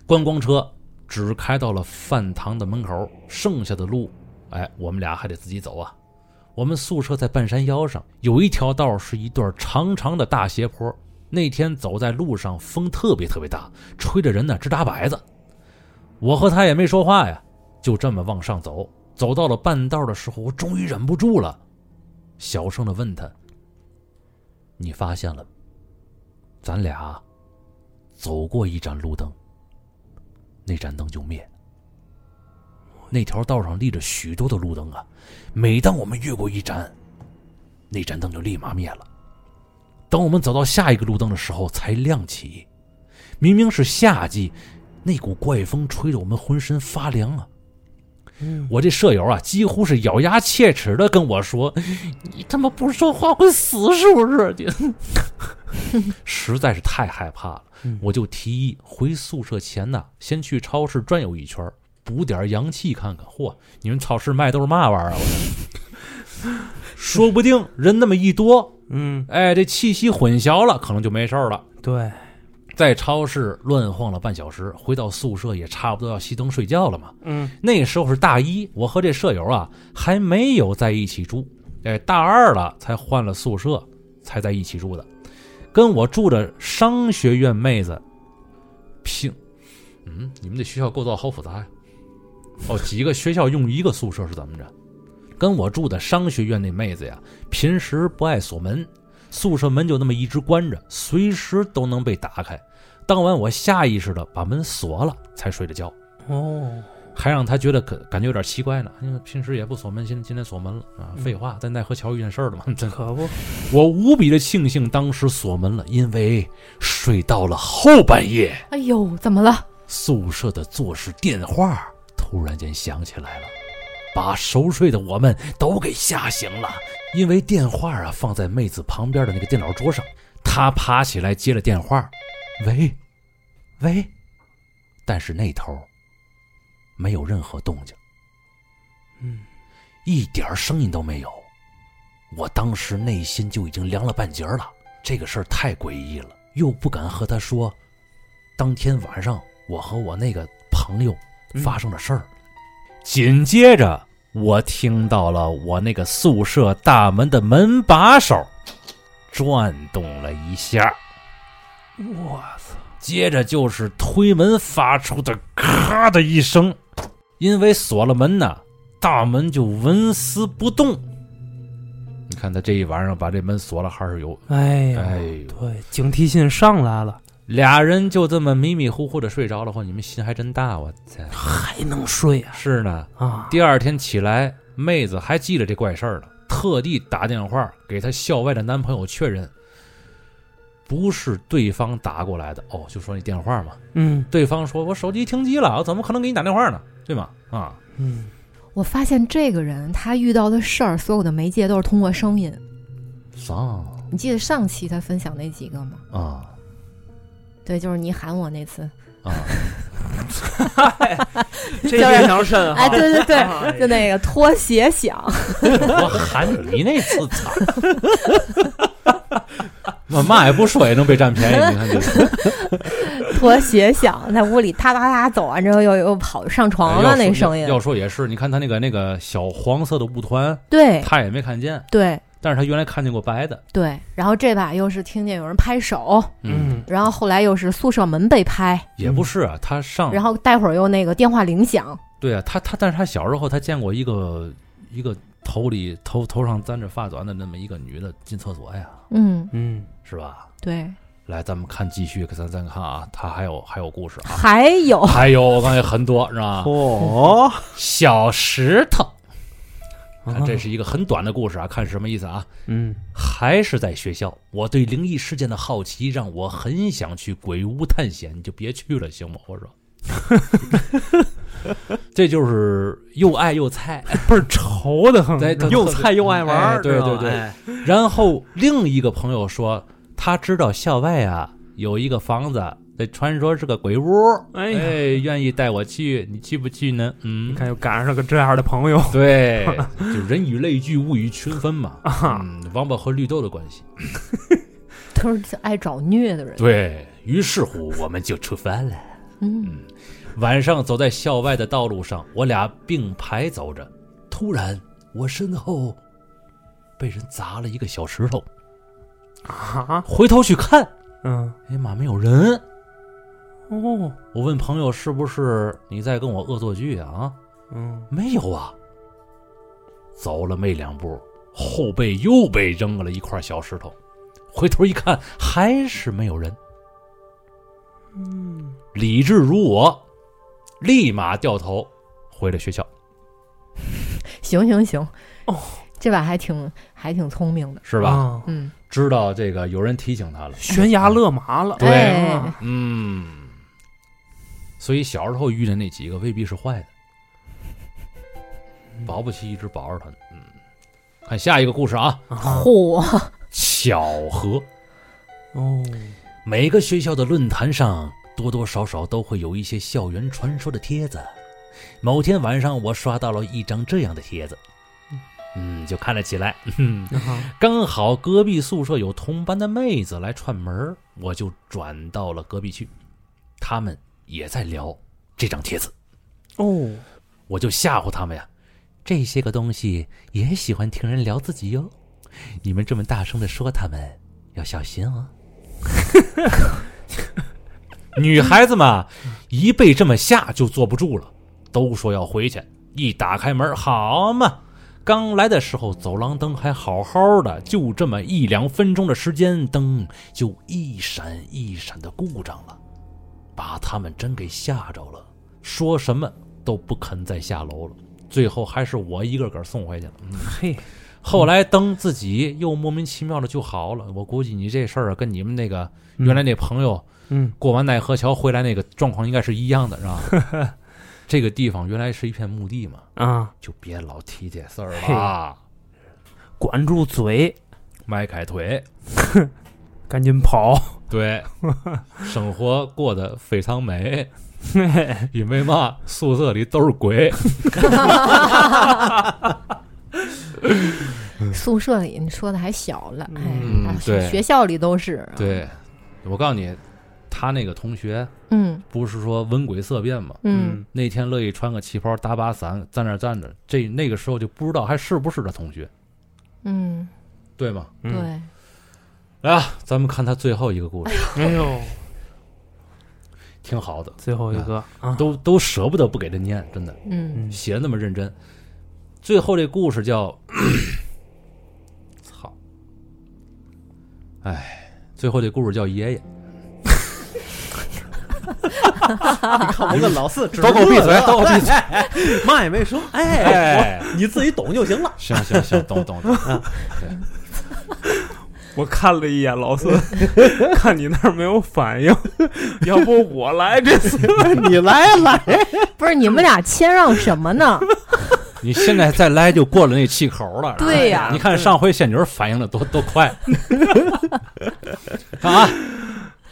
Speaker 1: 观光车只开到了饭堂的门口，剩下的路，哎，我们俩还得自己走啊。我们宿舍在半山腰上，有一条道是一段长长的大斜坡。那天走在路上，风特别特别大，吹着人呢直打摆子。我和他也没说话呀，就这么往上走。走到了半道的时候，我终于忍不住了，小声的问他：“你发现了，咱俩走过一盏路灯，那盏灯就灭了。那条道上立着许多的路灯啊，每当我们越过一盏，那盏灯就立马灭了。等我们走到下一个路灯的时候，才亮起。明明是夏季，那股怪风吹得我们浑身发凉啊！我这舍友啊，几乎是咬牙切齿的跟我说：“你他妈不说话会死是不是？”你实在是 [laughs] 太害怕了，我就提议回宿舍前呐，先去超市转悠一圈儿，补点儿阳气看看。嚯，你们超市卖都是嘛玩意儿啊？我说 [laughs] 说不定人那么一多，
Speaker 3: 嗯，
Speaker 1: 哎，这气息混淆了，可能就没事儿了。
Speaker 3: 对，
Speaker 1: 在超市乱晃了半小时，回到宿舍也差不多要熄灯睡觉了嘛。
Speaker 5: 嗯，
Speaker 1: 那时候是大一，我和这舍友啊还没有在一起住，哎，大二了才换了宿舍，才在一起住的。跟我住的商学院妹子，平，嗯，你们这学校构造好复杂呀、哦，几个学校用一个宿舍是怎么着？跟我住的商学院那妹子呀，平时不爱锁门，宿舍门就那么一直关着，随时都能被打开。当晚我下意识的把门锁了，才睡的觉，
Speaker 3: 哦，
Speaker 1: 还让他觉得可感觉有点奇怪呢。因为平时也不锁门，今今天锁门了啊！废话，在奈何桥遇见事儿了嘛。真
Speaker 3: 可不，
Speaker 1: 我无比的庆幸当时锁门了，因为睡到了后半夜，
Speaker 2: 哎呦，怎么了？
Speaker 1: 宿舍的座室电话突然间响起来了，把熟睡的我们都给吓醒了。因为电话啊放在妹子旁边的那个电脑桌上，她爬起来接了电话，喂，喂，但是那头没有任何动静，
Speaker 3: 嗯，
Speaker 1: 一点儿声音都没有。我当时内心就已经凉了半截儿了，这个事儿太诡异了，又不敢和她说。当天晚上我和我那个朋友发生的事儿。紧接着，我听到了我那个宿舍大门的门把手转动了一下，
Speaker 3: 我操，
Speaker 1: 接着就是推门发出的咔的一声，因为锁了门呐，大门就纹丝不动。你看他这一晚上把这门锁了，还是有。
Speaker 3: 哎呀，
Speaker 1: 哎呦
Speaker 3: 对，警惕性上来了，
Speaker 1: 俩人就这么迷迷糊糊的睡着了。嚯，你们心还真大，我操！
Speaker 3: 还能睡啊？
Speaker 1: 是呢，
Speaker 3: 啊，
Speaker 1: 第二天起来，妹子还记得这怪事儿了，特地打电话给她校外的男朋友确认，不是对方打过来的。哦，就说你电话嘛，
Speaker 3: 嗯
Speaker 1: 对方说我手机停机了，我怎么可能给你打电话呢？对吗？啊，
Speaker 3: 嗯，
Speaker 2: 我发现这个人他遇到的事儿，所有的媒介都是通过声音。
Speaker 1: 丧
Speaker 2: 你记得上期他分享那几个吗？
Speaker 1: 啊
Speaker 2: 对，就是你喊我那次。
Speaker 1: 啊，
Speaker 5: 这印象深
Speaker 4: 啊
Speaker 2: 哎，对对对，
Speaker 1: 啊
Speaker 5: 对
Speaker 2: 就那
Speaker 1: 哎
Speaker 2: 个拖鞋响。 [laughs]
Speaker 1: 我喊你那次 [laughs] 惨。我嘛也不说，也能被占便宜。你
Speaker 2: [laughs]
Speaker 1: 哎看这个，
Speaker 2: 拖鞋响，在屋里哒哒哒走完之后又又跑上床了，
Speaker 1: 哎要说
Speaker 2: 那声音
Speaker 1: 要。要说也是，你看他那个那个小黄色的雾团，
Speaker 2: 对
Speaker 1: 他也没看见，
Speaker 2: 对
Speaker 1: 但是他原来看见过白的。
Speaker 2: 对，然后这把又是听见有人拍手，
Speaker 3: 嗯，
Speaker 2: 然后后来又是宿舍门被拍，
Speaker 1: 也不是啊，他上
Speaker 2: 然后待会儿又那个电话铃响，
Speaker 1: 对啊，他他，但是他小时候他见过一个一个头里头头上粘着发簪的那么一个女的进厕所呀，
Speaker 2: 嗯，
Speaker 3: 嗯，
Speaker 1: 是吧？
Speaker 2: 对，
Speaker 1: 来，咱们看继续，咱咱看啊，他还有还有故事啊，
Speaker 2: 还有
Speaker 1: 还有我刚才很多是吧？
Speaker 4: [laughs] 哦，
Speaker 1: 小石头，看这
Speaker 3: 啊，
Speaker 1: 是一个很短的故事啊，看是什么意思啊？
Speaker 3: 嗯
Speaker 1: 还是在学校，我对灵异事件的好奇让我很想去鬼屋探险，你就别去了，行吗？我
Speaker 4: [laughs]
Speaker 1: 说，这就是又爱又
Speaker 4: [laughs]
Speaker 1: 菜。
Speaker 3: 倍儿愁的很
Speaker 1: 对对
Speaker 4: 嗯又菜又爱玩
Speaker 1: 哎
Speaker 4: 儿，
Speaker 1: 对
Speaker 4: 知道吗
Speaker 1: 对对
Speaker 4: 哎
Speaker 1: 然后另一个朋友说，他知道校外啊有一个房子，这传说是个鬼屋，
Speaker 3: 哎
Speaker 1: 哎
Speaker 3: 呀，
Speaker 1: 愿意带我去，你去不去呢？嗯
Speaker 3: 你，看又赶上了个这样的朋友，
Speaker 1: 对， [laughs] 就人以类聚，物以群分 [laughs] 嘛。嗯，王八和绿豆的关系。
Speaker 2: 都是爱找虐的人，
Speaker 1: 对于是乎，我们就出发了。
Speaker 2: 嗯
Speaker 1: 晚上走在校外的道路上，我俩并排走着，突然我身后被人砸了一个小石头，
Speaker 3: 啊，
Speaker 1: 回头去看，
Speaker 3: 嗯，
Speaker 1: 哎呀妈，没有人。
Speaker 3: 哦，
Speaker 1: 我问朋友是不是你在跟我恶作剧啊？
Speaker 3: 嗯，
Speaker 1: 没有啊。走了没两步，后背又被扔了一块小石头，回头一看还是没有人。
Speaker 3: 嗯，
Speaker 1: 理智如我，立马掉头回了学校，
Speaker 2: 行行行，
Speaker 3: 哦，
Speaker 2: 这把还挺还挺聪明的，
Speaker 1: 是吧？
Speaker 3: 啊？
Speaker 2: 嗯，
Speaker 1: 知道这个有人提醒他了。
Speaker 3: 悬崖勒马了，
Speaker 1: 对
Speaker 2: 哎
Speaker 1: 嗯，所以小时候遇见那几个未必是坏的，保不齐一直保着他呢。嗯，看下一个故事啊，
Speaker 3: 啊
Speaker 2: 嚯、
Speaker 1: 巧合。
Speaker 3: 哦，
Speaker 1: 每个学校的论坛上，多多少少都会有一些校园传说的帖子。某天晚上，我刷到了一张这样的帖子，嗯，就看了起来。嗯
Speaker 3: 啊
Speaker 1: 刚好隔壁宿舍有同班的妹子来串门儿，我就转到了隔壁去，他们也在聊这张帖子，
Speaker 3: 哦，
Speaker 1: 我就吓唬他们呀，这些个东西也喜欢听人聊自己哟，你们这么大声的说他们，要小心哦。女孩子嘛，一被这么吓就坐不住了，都说要回去。一打开门，好嘛，刚来的时候走廊灯还好好的，就这么一两分钟的时间，灯就一闪一闪的故障了，把他们真给吓着了，说什么都不肯再下楼了。最后还是我一个个送回去了。
Speaker 3: 嘿，
Speaker 1: 后来灯自己又莫名其妙的就好了。我估计你这事儿啊，跟你们那个原来那朋友
Speaker 3: 嗯，
Speaker 1: 过完奈何桥回来那个状况应该是一样的，是吧？ [laughs] 这个地方原来是一片墓地嘛，
Speaker 3: 啊，
Speaker 1: 就别老提这事儿了。
Speaker 3: 管住嘴，
Speaker 1: 迈开腿，
Speaker 3: 赶紧跑，
Speaker 1: 对，生活过得非常 [laughs] 美，因为嘛，宿舍里都是鬼。
Speaker 2: [laughs] 宿舍里你说的还小了，哎，
Speaker 1: 嗯
Speaker 2: 大
Speaker 1: 对
Speaker 2: 学校里都是，，
Speaker 1: 对，我告诉你，他那个同学
Speaker 2: 嗯
Speaker 1: 不是说闻鬼色变吗？
Speaker 2: 嗯，
Speaker 1: 那天乐意穿个旗袍搭把伞，在那儿站着，这那个时候就不知道还是不是他同学，
Speaker 2: 嗯，
Speaker 1: 对吗？
Speaker 3: 嗯
Speaker 2: 对，
Speaker 1: 来啊，咱们看他最后一个故事，
Speaker 3: 哎呦，
Speaker 1: 挺好的，
Speaker 3: 最后一个啊，
Speaker 1: [laughs] 都都舍不得不给他念，真的
Speaker 2: 嗯
Speaker 3: 嗯
Speaker 1: 写得那么认真。最后这故事 [coughs] 叫，操，哎，最后这故事叫爷 [laughs] 爷，
Speaker 4: 你看我跟老四 [laughs] 只
Speaker 1: 都给我闭嘴 [laughs]
Speaker 4: 乐了
Speaker 1: 都给我闭嘴
Speaker 4: 哎哎嘛也没说，哎，
Speaker 1: 哎，
Speaker 4: 我你自己懂就行了。
Speaker 1: 行行行，懂懂懂，
Speaker 3: 我看了一眼老四， [laughs] 看你那儿没有反 [laughs] 应，要不我来这 [laughs] 次，
Speaker 4: 你来来，
Speaker 2: 不是你们俩谦让什么呢？
Speaker 1: 你现在再来就过了那气口了，
Speaker 2: [laughs] 对呀
Speaker 1: [laughs] 你看上回仙女儿反应的多多快， [laughs] 看啊！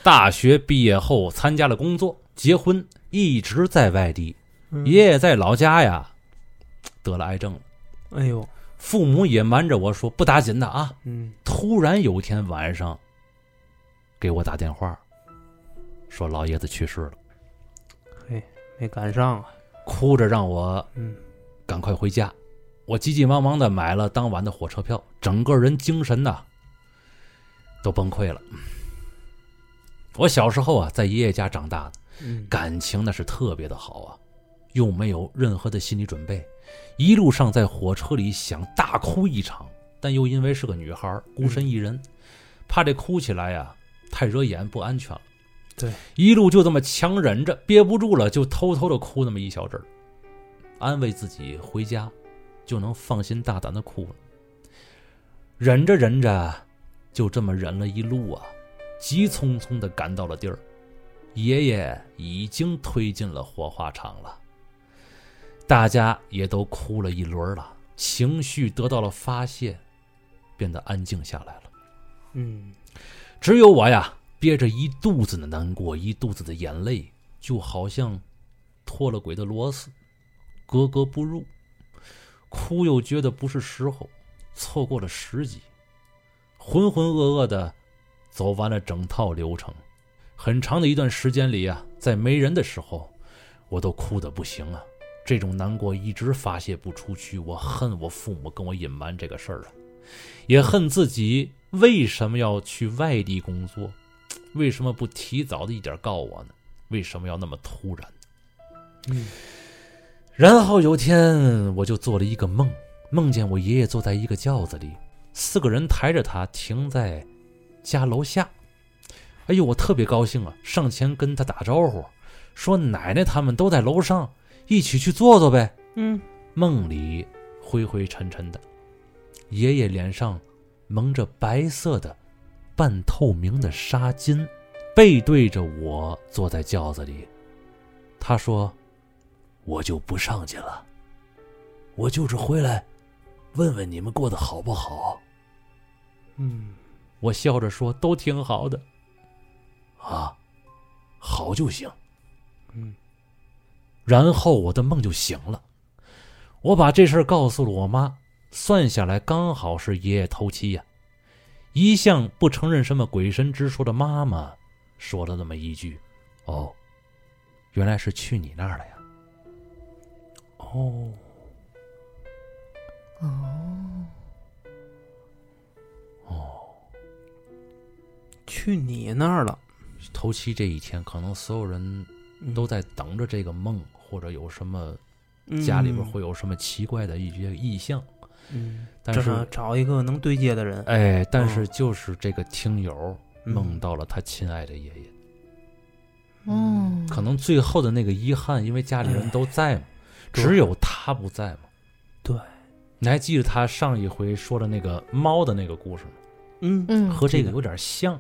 Speaker 1: 大学毕业后参加了工作，结婚，一直在外地。
Speaker 2: 嗯
Speaker 1: 爷爷在老家呀，得了癌症了。
Speaker 3: 哎呦，
Speaker 1: 父母也瞒着我说不打紧的啊。
Speaker 3: 嗯，
Speaker 1: 突然有一天晚上，给我打电话，说老爷子去世了，
Speaker 3: 没赶上啊，
Speaker 1: 哭着让我
Speaker 3: 嗯，
Speaker 1: 赶快回家。我急急忙忙的买了当晚的火车票，整个人精神呐、都崩溃了。我小时候啊，在爷爷家长大的，
Speaker 3: 嗯
Speaker 1: 感情那是特别的好啊。又没有任何的心理准备，一路上在火车里想大哭一场，但又因为是个女孩儿，孤身一人，怕这哭起来呀太惹眼不安全了。
Speaker 3: 对，
Speaker 1: 一路就这么强忍着，憋不住了就偷偷的哭那么一小阵儿，安慰自己回家就能放心大胆的哭了。忍着忍着，就这么忍了一路啊，急匆匆的赶到了地儿。爷爷已经推进了火化场了，大家也都哭了一轮了，情绪得到了发泄，变得安静下来了。
Speaker 3: 嗯，
Speaker 1: 只有我呀，憋着一肚子的难过，一肚子的眼泪，就好像脱了轨的螺丝，格格不入。哭又觉得不是时候，错过了时机，浑浑噩噩的走完了整套流程。很长的一段时间里呀、在没人的时候，我都哭得不行啊。这种难过一直发泄不出去，我恨我父母跟我隐瞒这个事儿啊，也恨自己为什么要去外地工作，为什么不提早的一点告我呢？为什么要那么突然？
Speaker 3: 嗯，
Speaker 1: 然后有天我就做了一个梦，梦见我爷爷坐在一个轿子里，四个人抬着他停在家楼下。哎呦，我特别高兴啊，上前跟他打招呼，说奶奶他们都在楼上，一起去坐坐呗。
Speaker 3: 嗯，
Speaker 1: 梦里灰灰沉沉的，爷爷脸上蒙着白色的半透明的纱巾，背对着我坐在轿子里。他说：“我就不上去了，我就是回来问问你们过得好不好。”
Speaker 3: 嗯，
Speaker 1: 我笑着说：“都挺好的。”啊，好就行。
Speaker 3: 嗯。
Speaker 1: 然后我的梦就醒了，我把这事儿告诉了我妈，算下来刚好是爷爷头七呀、一向不承认什么鬼神之说的妈妈，说了那么一句：“哦，原来是去你那儿了呀。”哦，嗯
Speaker 2: 哦，
Speaker 3: 去你那儿了，
Speaker 1: 头七这一天，可能所有人
Speaker 3: 嗯
Speaker 1: 都在等着这个梦，或者有什么家里边会有什么奇怪的一些异象。
Speaker 3: 嗯，
Speaker 1: 但
Speaker 3: 这
Speaker 1: 是
Speaker 3: 呢找一个能对接的人，
Speaker 1: 哎，但
Speaker 3: 嗯
Speaker 1: 是就是这个听友
Speaker 3: 嗯
Speaker 1: 梦到了他亲爱的爷爷，
Speaker 2: 嗯，
Speaker 1: 可能最后的那个遗憾，因为家里人都在嘛，
Speaker 3: 对
Speaker 1: 只有他不在嘛。
Speaker 3: 对，
Speaker 1: 你还记得他上一回说的那个猫的那个故事吗？
Speaker 3: 嗯
Speaker 2: 嗯
Speaker 1: 和这
Speaker 3: 记
Speaker 1: 个
Speaker 3: 得
Speaker 1: 有点像，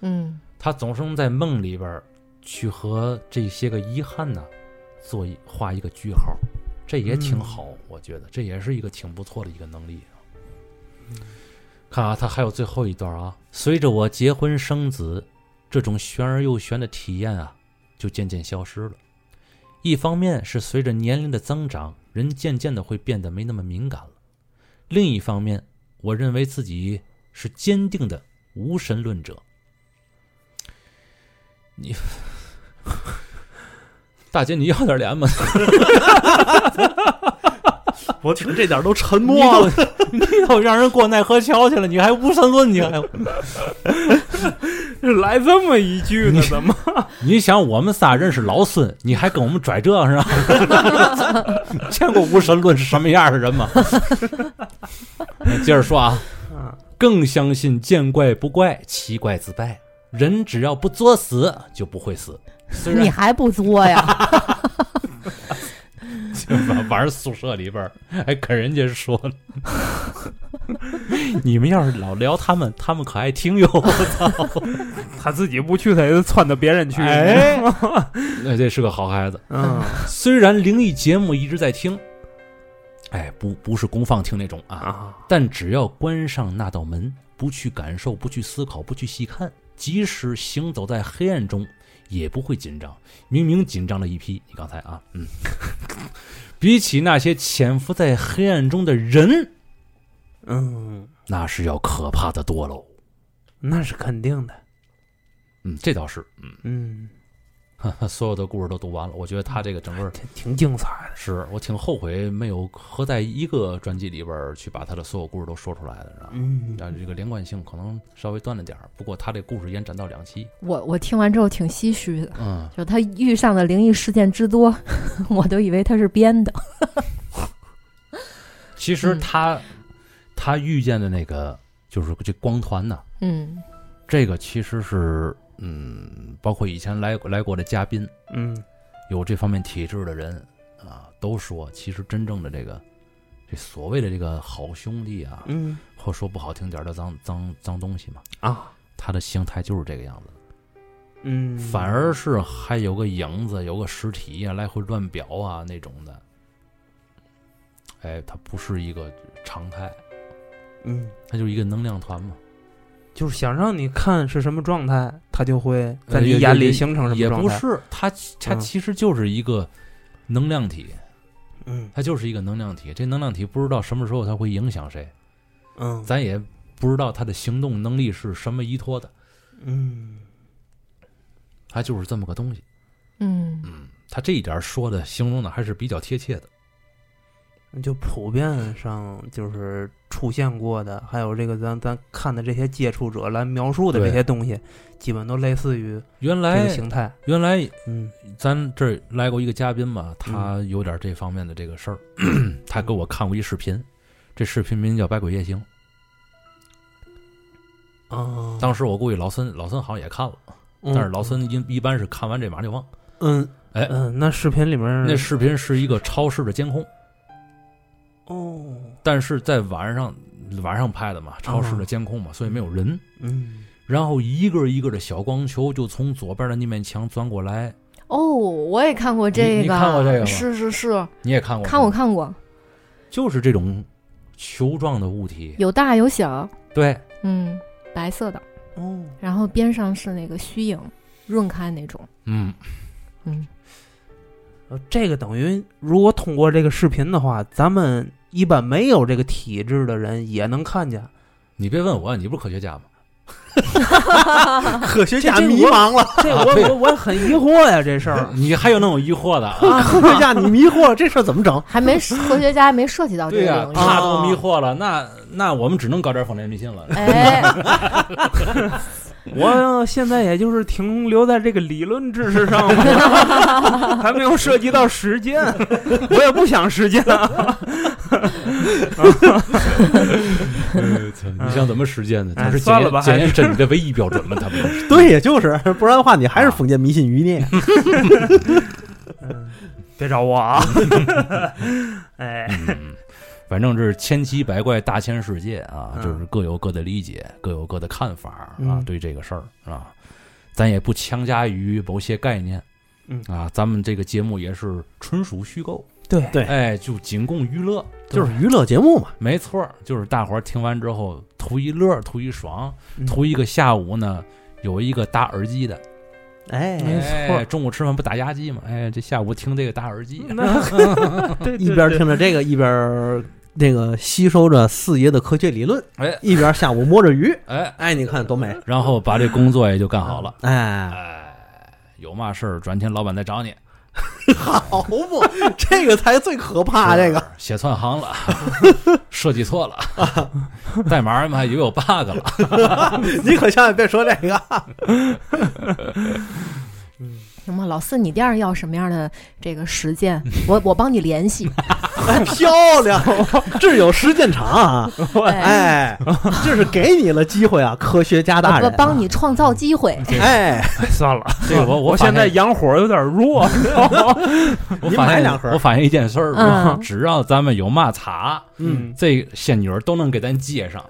Speaker 2: 嗯
Speaker 1: 他总是能在梦里边儿去和这些个遗憾呢做一画一个句号，这也挺
Speaker 3: 嗯
Speaker 1: 好，我觉得这也是一个挺不错的一个能力啊。看啊，他还有最后一段啊。随着我结婚生子，这种玄而又玄的体验啊，就渐渐消失了。一方面是随着年龄的增长，人渐渐的会变得没那么敏感了；另一方面，我认为自己是坚定的无神论者。你，大姐，你要点脸吗？ [laughs]
Speaker 4: 我听这点儿都沉
Speaker 1: 你
Speaker 4: 默了。
Speaker 3: [laughs]
Speaker 1: 都你都让人过奈何桥去了，你还无神论？你还？
Speaker 3: [laughs] 来这么一句呢？怎么？
Speaker 1: 你想我们仨人是老孙，你还跟我们拽这是吧？ [laughs] 见过无神论是什么样的人吗？ [laughs] 接着说啊，
Speaker 3: 啊
Speaker 1: 更相信见怪不怪，奇怪自败。人只要不作死，就不会死。虽然
Speaker 2: 你还不作呀？ [laughs]
Speaker 1: 晚晚上宿舍里边儿 [laughs] 还跟人家说了， [laughs] 你们要是老聊他们，他们可爱听哟。
Speaker 3: 他自己不去，他也得撺掇别人去。
Speaker 1: 哎， [laughs] 那这是个好孩子。
Speaker 3: 嗯，
Speaker 1: 虽然灵异节目一直在听，哎，不不是公放听那种啊，
Speaker 3: 啊，
Speaker 1: 但只要关上那道门，不去感受，不去思考，不去细看，即使行走在黑暗中，也不会紧张。明明紧张了一批，你刚才啊，嗯， [laughs] 比起那些潜伏在黑暗中的人，
Speaker 3: 嗯，
Speaker 1: 那是要可怕的多喽。
Speaker 3: 那是肯定的。
Speaker 1: 嗯，这倒是，嗯。 [laughs]
Speaker 3: 嗯，
Speaker 1: 所有的故事都读完了，我觉得他这个整个
Speaker 6: 挺挺精彩的。
Speaker 1: 是我挺后悔没有合在一个专辑里边儿去把他的所有故事都说出来的，知道吗？
Speaker 6: 嗯
Speaker 1: 但呃这个连贯性可能稍微断了点儿，不过他这故事延展到两期，
Speaker 2: 我我听完之后挺唏嘘的，
Speaker 1: 嗯，
Speaker 2: 就他遇上的灵异事件之多， [laughs] 我都以为他是编的。
Speaker 1: 其实
Speaker 2: 嗯
Speaker 1: 他、他遇见的那个就是这光团呢，
Speaker 2: 嗯
Speaker 1: 这个其实是嗯，包括以前来来过的嘉宾，
Speaker 3: 嗯，
Speaker 1: 有这方面体质的人啊，都说其实真正的这个这所谓的这个好兄弟啊，
Speaker 3: 嗯，
Speaker 1: 或说不好听点儿的脏脏脏东西嘛，
Speaker 3: 啊，
Speaker 1: 他的形态就是这个样子。
Speaker 3: 嗯，
Speaker 1: 反而是还有个影子，有个实体呀、来回乱表啊那种的。哎，它不是一个常态，
Speaker 3: 嗯，
Speaker 1: 它就是一个能量团嘛，
Speaker 3: 就是想让你看是什么状态，他就会在
Speaker 1: 呃也
Speaker 3: 你眼
Speaker 1: 也
Speaker 3: 里形成什么
Speaker 1: 也
Speaker 3: 状
Speaker 1: 不
Speaker 3: 态。
Speaker 1: 是，它它
Speaker 3: 嗯
Speaker 1: 其实就是一个能量体，
Speaker 3: 嗯
Speaker 1: 它就是一个能量体。这能量体不知道什么时候它会影响谁，
Speaker 3: 嗯
Speaker 1: 咱也不知道它的行动能力是什么依托的，
Speaker 3: 嗯
Speaker 1: 它就是这么个东西。
Speaker 2: 嗯
Speaker 1: 嗯，它这一点说的形容的还是比较贴切的。
Speaker 3: 就普遍上就是出现过的，还有这个咱咱看的这些接触者来描述的
Speaker 1: 对哎
Speaker 3: 这些东西，基本都类似于
Speaker 1: 原
Speaker 3: 这
Speaker 1: 来
Speaker 3: 个形态。
Speaker 1: 原来
Speaker 3: 嗯
Speaker 1: 咱这儿来过一个嘉宾嘛，他有点这方面的这个事儿，他给我看过一视频，这视频名叫《百鬼夜行
Speaker 3: 啊》。，
Speaker 1: 当时我估计老孙老孙好像也看了，但是老孙一一般是看完这马上就忘。
Speaker 3: 嗯
Speaker 1: 哎
Speaker 3: 嗯，那视频里面
Speaker 1: 那视频是一个超市的监控，
Speaker 3: 哦，
Speaker 1: 但是在晚上晚上拍的嘛，超市的监控嘛，所以没有人。
Speaker 3: 嗯
Speaker 1: 然后一个一个的小光球就从左边的那面墙钻过来，
Speaker 2: 哦，我也看过这个，
Speaker 1: 你你看过这个吗
Speaker 2: 是是是，
Speaker 1: 你也看过？
Speaker 2: 看我，看过，
Speaker 1: 就是这种球状的物体，
Speaker 2: 有大有小，
Speaker 1: 对，
Speaker 2: 嗯，白色的，
Speaker 3: 哦，
Speaker 2: 然后边上是那个虚影，润开那种，
Speaker 1: 嗯，
Speaker 2: 嗯，
Speaker 3: 呃这个等于如果通过这个视频的话，咱们一般没有这个体质的人也能看见。
Speaker 1: 你别问我，你不是科学家吗？
Speaker 4: 科学家
Speaker 3: 这这
Speaker 4: 迷
Speaker 3: 我
Speaker 4: 茫了，
Speaker 3: 这
Speaker 1: 啊
Speaker 3: 我
Speaker 1: 对
Speaker 3: 我我很疑惑呀，这事 [laughs] 儿。
Speaker 1: 你还有那种疑惑的啊？
Speaker 4: 科学家你迷惑了，这事儿怎么整？
Speaker 2: 还没科学家还没涉及到这
Speaker 1: 对呀、
Speaker 2: 个领域。
Speaker 1: 他都迷惑了，那那我们只能搞点封建迷信 [laughs] 了。
Speaker 2: 哎，
Speaker 3: 我现在也就是停留在这个理论知识上， [laughs] 还没有涉及到实 [laughs] 践，我也不想实践啊。
Speaker 1: 你想怎么实践呢？
Speaker 3: 哎
Speaker 1: 他是检
Speaker 3: 算了
Speaker 1: 验
Speaker 3: 吧
Speaker 1: 检验真理的唯一标准吗？
Speaker 3: [laughs]
Speaker 1: 他们
Speaker 4: 对，也就是，不然的话你还是封建迷信余孽。
Speaker 3: 嗯 [laughs] 别找我啊！ [laughs] 哎，
Speaker 1: 嗯反正这是千奇百怪大千世界啊，
Speaker 3: 嗯
Speaker 1: 就是各有各的理解，各有各的看法啊
Speaker 3: 嗯，
Speaker 1: 对这个事儿啊，咱也不强加于某些概念。
Speaker 3: 嗯
Speaker 1: 啊，咱们这个节目也是纯属虚构，
Speaker 3: 对
Speaker 4: 对
Speaker 1: 哎，就仅供娱乐，
Speaker 4: 就是娱乐节目嘛，
Speaker 1: 没错儿，就是大伙儿听完之后图一乐，图一爽，
Speaker 3: 嗯
Speaker 1: 图一个下午呢，有一个打耳机的，
Speaker 4: 哎
Speaker 3: 没，错
Speaker 1: 哎，中午吃饭不打鸭鸡吗？哎，这下午听这个打耳机，
Speaker 3: 那对
Speaker 4: 一边听着这个，一边那个吸收着四爷的科学理论，
Speaker 1: 哎
Speaker 4: 一边下午摸着鱼，
Speaker 1: 哎，
Speaker 4: 哎，你看多美，
Speaker 1: 然后把这工作也就干好了。
Speaker 4: 哎，
Speaker 1: 哎，有嘛事儿，转天老板再找你。
Speaker 4: 好不， [laughs] 这个才最可怕，这
Speaker 1: [laughs]
Speaker 4: 个
Speaker 1: 是写错行了，设计错了，代码儿嘛还以为有 bug 了。
Speaker 4: 你可千万别说这个，
Speaker 2: 行吧，老四，你店儿要什么样的这个
Speaker 1: [laughs]
Speaker 2: 实践？我我帮你联系。
Speaker 4: 漂亮，这有实践场啊，哎，这是给你了机会啊，科学家大
Speaker 2: 我
Speaker 4: 人，
Speaker 2: 帮，你创造机会。
Speaker 1: [laughs]
Speaker 4: 哎，
Speaker 3: 算了，
Speaker 1: 这个我我
Speaker 3: 我
Speaker 1: 发
Speaker 3: 现在阳火有点 [laughs] 弱，你知道吗
Speaker 1: 我
Speaker 4: 您
Speaker 1: 发
Speaker 4: 买
Speaker 1: 现
Speaker 4: 两盒
Speaker 1: 我发现一件事儿啊，
Speaker 2: 嗯
Speaker 1: 只要咱们有嘛茶，
Speaker 4: 嗯，
Speaker 1: 这仙女儿都能给咱接上。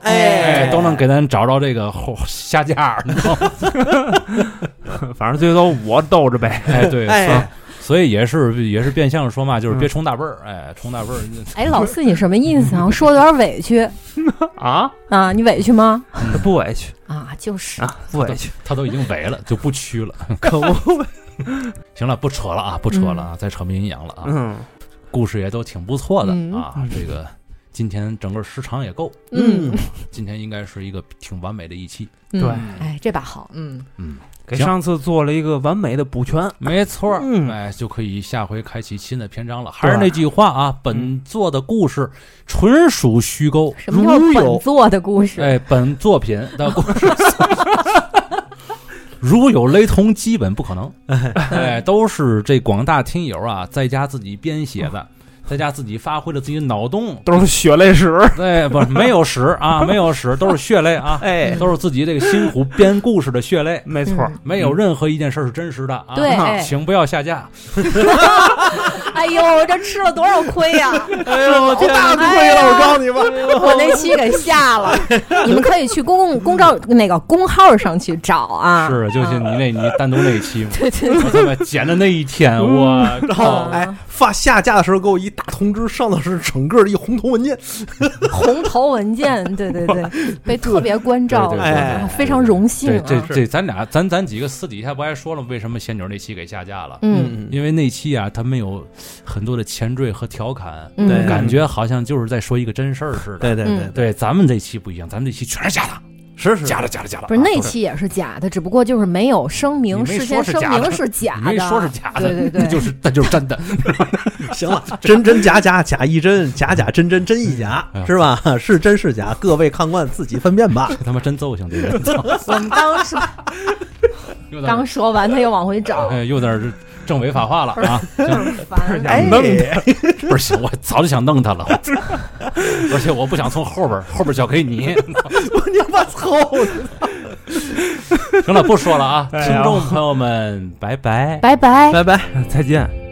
Speaker 1: 哎，
Speaker 4: 哎
Speaker 1: 都能给咱找着这个后下架儿，你知道吗？
Speaker 3: 反正最多我兜着呗。
Speaker 1: 哎，对，
Speaker 4: 哎
Speaker 1: 所以也是也是变相说嘛，就是别冲大辈儿，哎，冲大辈儿，
Speaker 2: 哎，老四，你什么意思啊？我说的有点委屈
Speaker 3: [laughs] 啊，
Speaker 2: 啊，你委屈吗？
Speaker 3: 不委屈
Speaker 2: 啊，就是，
Speaker 3: 啊，不委屈。
Speaker 1: 他都已经萎了，就不屈了。
Speaker 4: 可不，
Speaker 1: [laughs] 行了，不扯了啊，不扯了啊，再扯没营养了啊。
Speaker 3: 嗯，
Speaker 1: 故事也都挺不错的啊
Speaker 2: 嗯
Speaker 1: 啊，这个今天整个时长也够，
Speaker 2: 嗯，
Speaker 1: 今天应该是一个挺完美的一期。
Speaker 2: 嗯
Speaker 3: 对
Speaker 2: 哎，这把好，嗯，
Speaker 1: 嗯，
Speaker 5: 给
Speaker 1: 行
Speaker 5: 上次做了一个完美的补全。
Speaker 1: 没错儿，
Speaker 5: 嗯
Speaker 1: 哎，就可以下回开启新的篇章了。还是那句话啊，本作的故事纯属虚构，
Speaker 2: 什么叫
Speaker 1: 如
Speaker 2: 本
Speaker 1: 有
Speaker 2: 作的故事？
Speaker 1: 哎，本作
Speaker 2: [laughs]
Speaker 1: 品的故事如有雷同，基本不可
Speaker 2: [laughs]
Speaker 1: 能。哎，都是这广大听友啊，在家自己编写
Speaker 2: 哦
Speaker 1: 的，在家自己发挥了自己的脑洞。
Speaker 5: 都是血泪史，
Speaker 1: 哎，不是没有屎
Speaker 2: [laughs]
Speaker 1: 啊，没有屎，都是血泪啊，
Speaker 5: 哎
Speaker 1: 都是自己这个辛苦编故事的血泪。
Speaker 5: 没错儿，
Speaker 1: 没有任何一件事是真实的啊！
Speaker 2: 对哎
Speaker 1: 请不要下架。
Speaker 2: 哎呦，这吃了多少亏呀！
Speaker 5: 哎
Speaker 2: [laughs]
Speaker 5: 呦，我天
Speaker 4: 大亏了，我告诉你
Speaker 1: 哎
Speaker 4: 吧，
Speaker 2: 我那期给
Speaker 1: [laughs]
Speaker 2: 下了，你们可以去公共公照那个公号上去找啊。
Speaker 1: 是，就是你那，你单独那一期嘛， [laughs]
Speaker 2: 对对
Speaker 1: 我他妈剪的那一天，我
Speaker 4: 然
Speaker 2: 哦
Speaker 4: 后哎发下架的时候给我一大通知，上的是整个一红头文件，
Speaker 2: 红头文件，对对对，被特别关照
Speaker 1: 对
Speaker 4: 对对对
Speaker 2: 啊，非常荣幸
Speaker 1: 这
Speaker 2: 啊。
Speaker 1: 这这，咱俩咱咱几个私底下不还说了，为什么仙女那期给下架了？
Speaker 2: 嗯
Speaker 1: 因为那期啊，他没有很多的前缀和调侃，
Speaker 2: 嗯，
Speaker 4: 对
Speaker 1: 感觉好像就是在说一个真事儿似的。
Speaker 4: 对对对
Speaker 2: 嗯
Speaker 1: 对，咱们这期不一样，咱们这期全是假的，
Speaker 4: 是是
Speaker 1: 假的，假的，假的。
Speaker 2: 不是
Speaker 1: 啊
Speaker 2: 那期也是假的，只不过就是没有声
Speaker 1: 你
Speaker 2: 明，
Speaker 1: 没说
Speaker 2: 事先
Speaker 1: 是
Speaker 2: 声
Speaker 1: 假的
Speaker 2: 明是假
Speaker 1: 你
Speaker 2: 的，啊
Speaker 1: 没说是假的，
Speaker 2: 对对
Speaker 1: [laughs] 那
Speaker 2: 对，
Speaker 1: 就是那就是真的。
Speaker 4: [laughs] 行了，真真假假，假亦真，假假真真，真亦假
Speaker 1: 哎呀，
Speaker 4: 是吧？ [laughs] 是真是假，各位看官自己分辨吧。
Speaker 1: 这他妈真揍性，这人， [laughs] 操
Speaker 2: 我们当时
Speaker 1: 又在那
Speaker 2: 刚说完，他又往
Speaker 1: [laughs]
Speaker 2: 回找，
Speaker 1: 哎又在那正违法化了
Speaker 2: [laughs]
Speaker 1: 啊！
Speaker 2: 很烦。
Speaker 4: 哎 [laughs]
Speaker 5: 弄的
Speaker 1: 不是，我早就想弄他了，我操而且我不想从后边儿后边儿交给你。
Speaker 4: 你把操！
Speaker 1: 行了，不说了啊，
Speaker 5: 哎呀
Speaker 1: 听众朋友们，拜拜。
Speaker 2: 拜拜。
Speaker 5: 嗯拜拜，再见。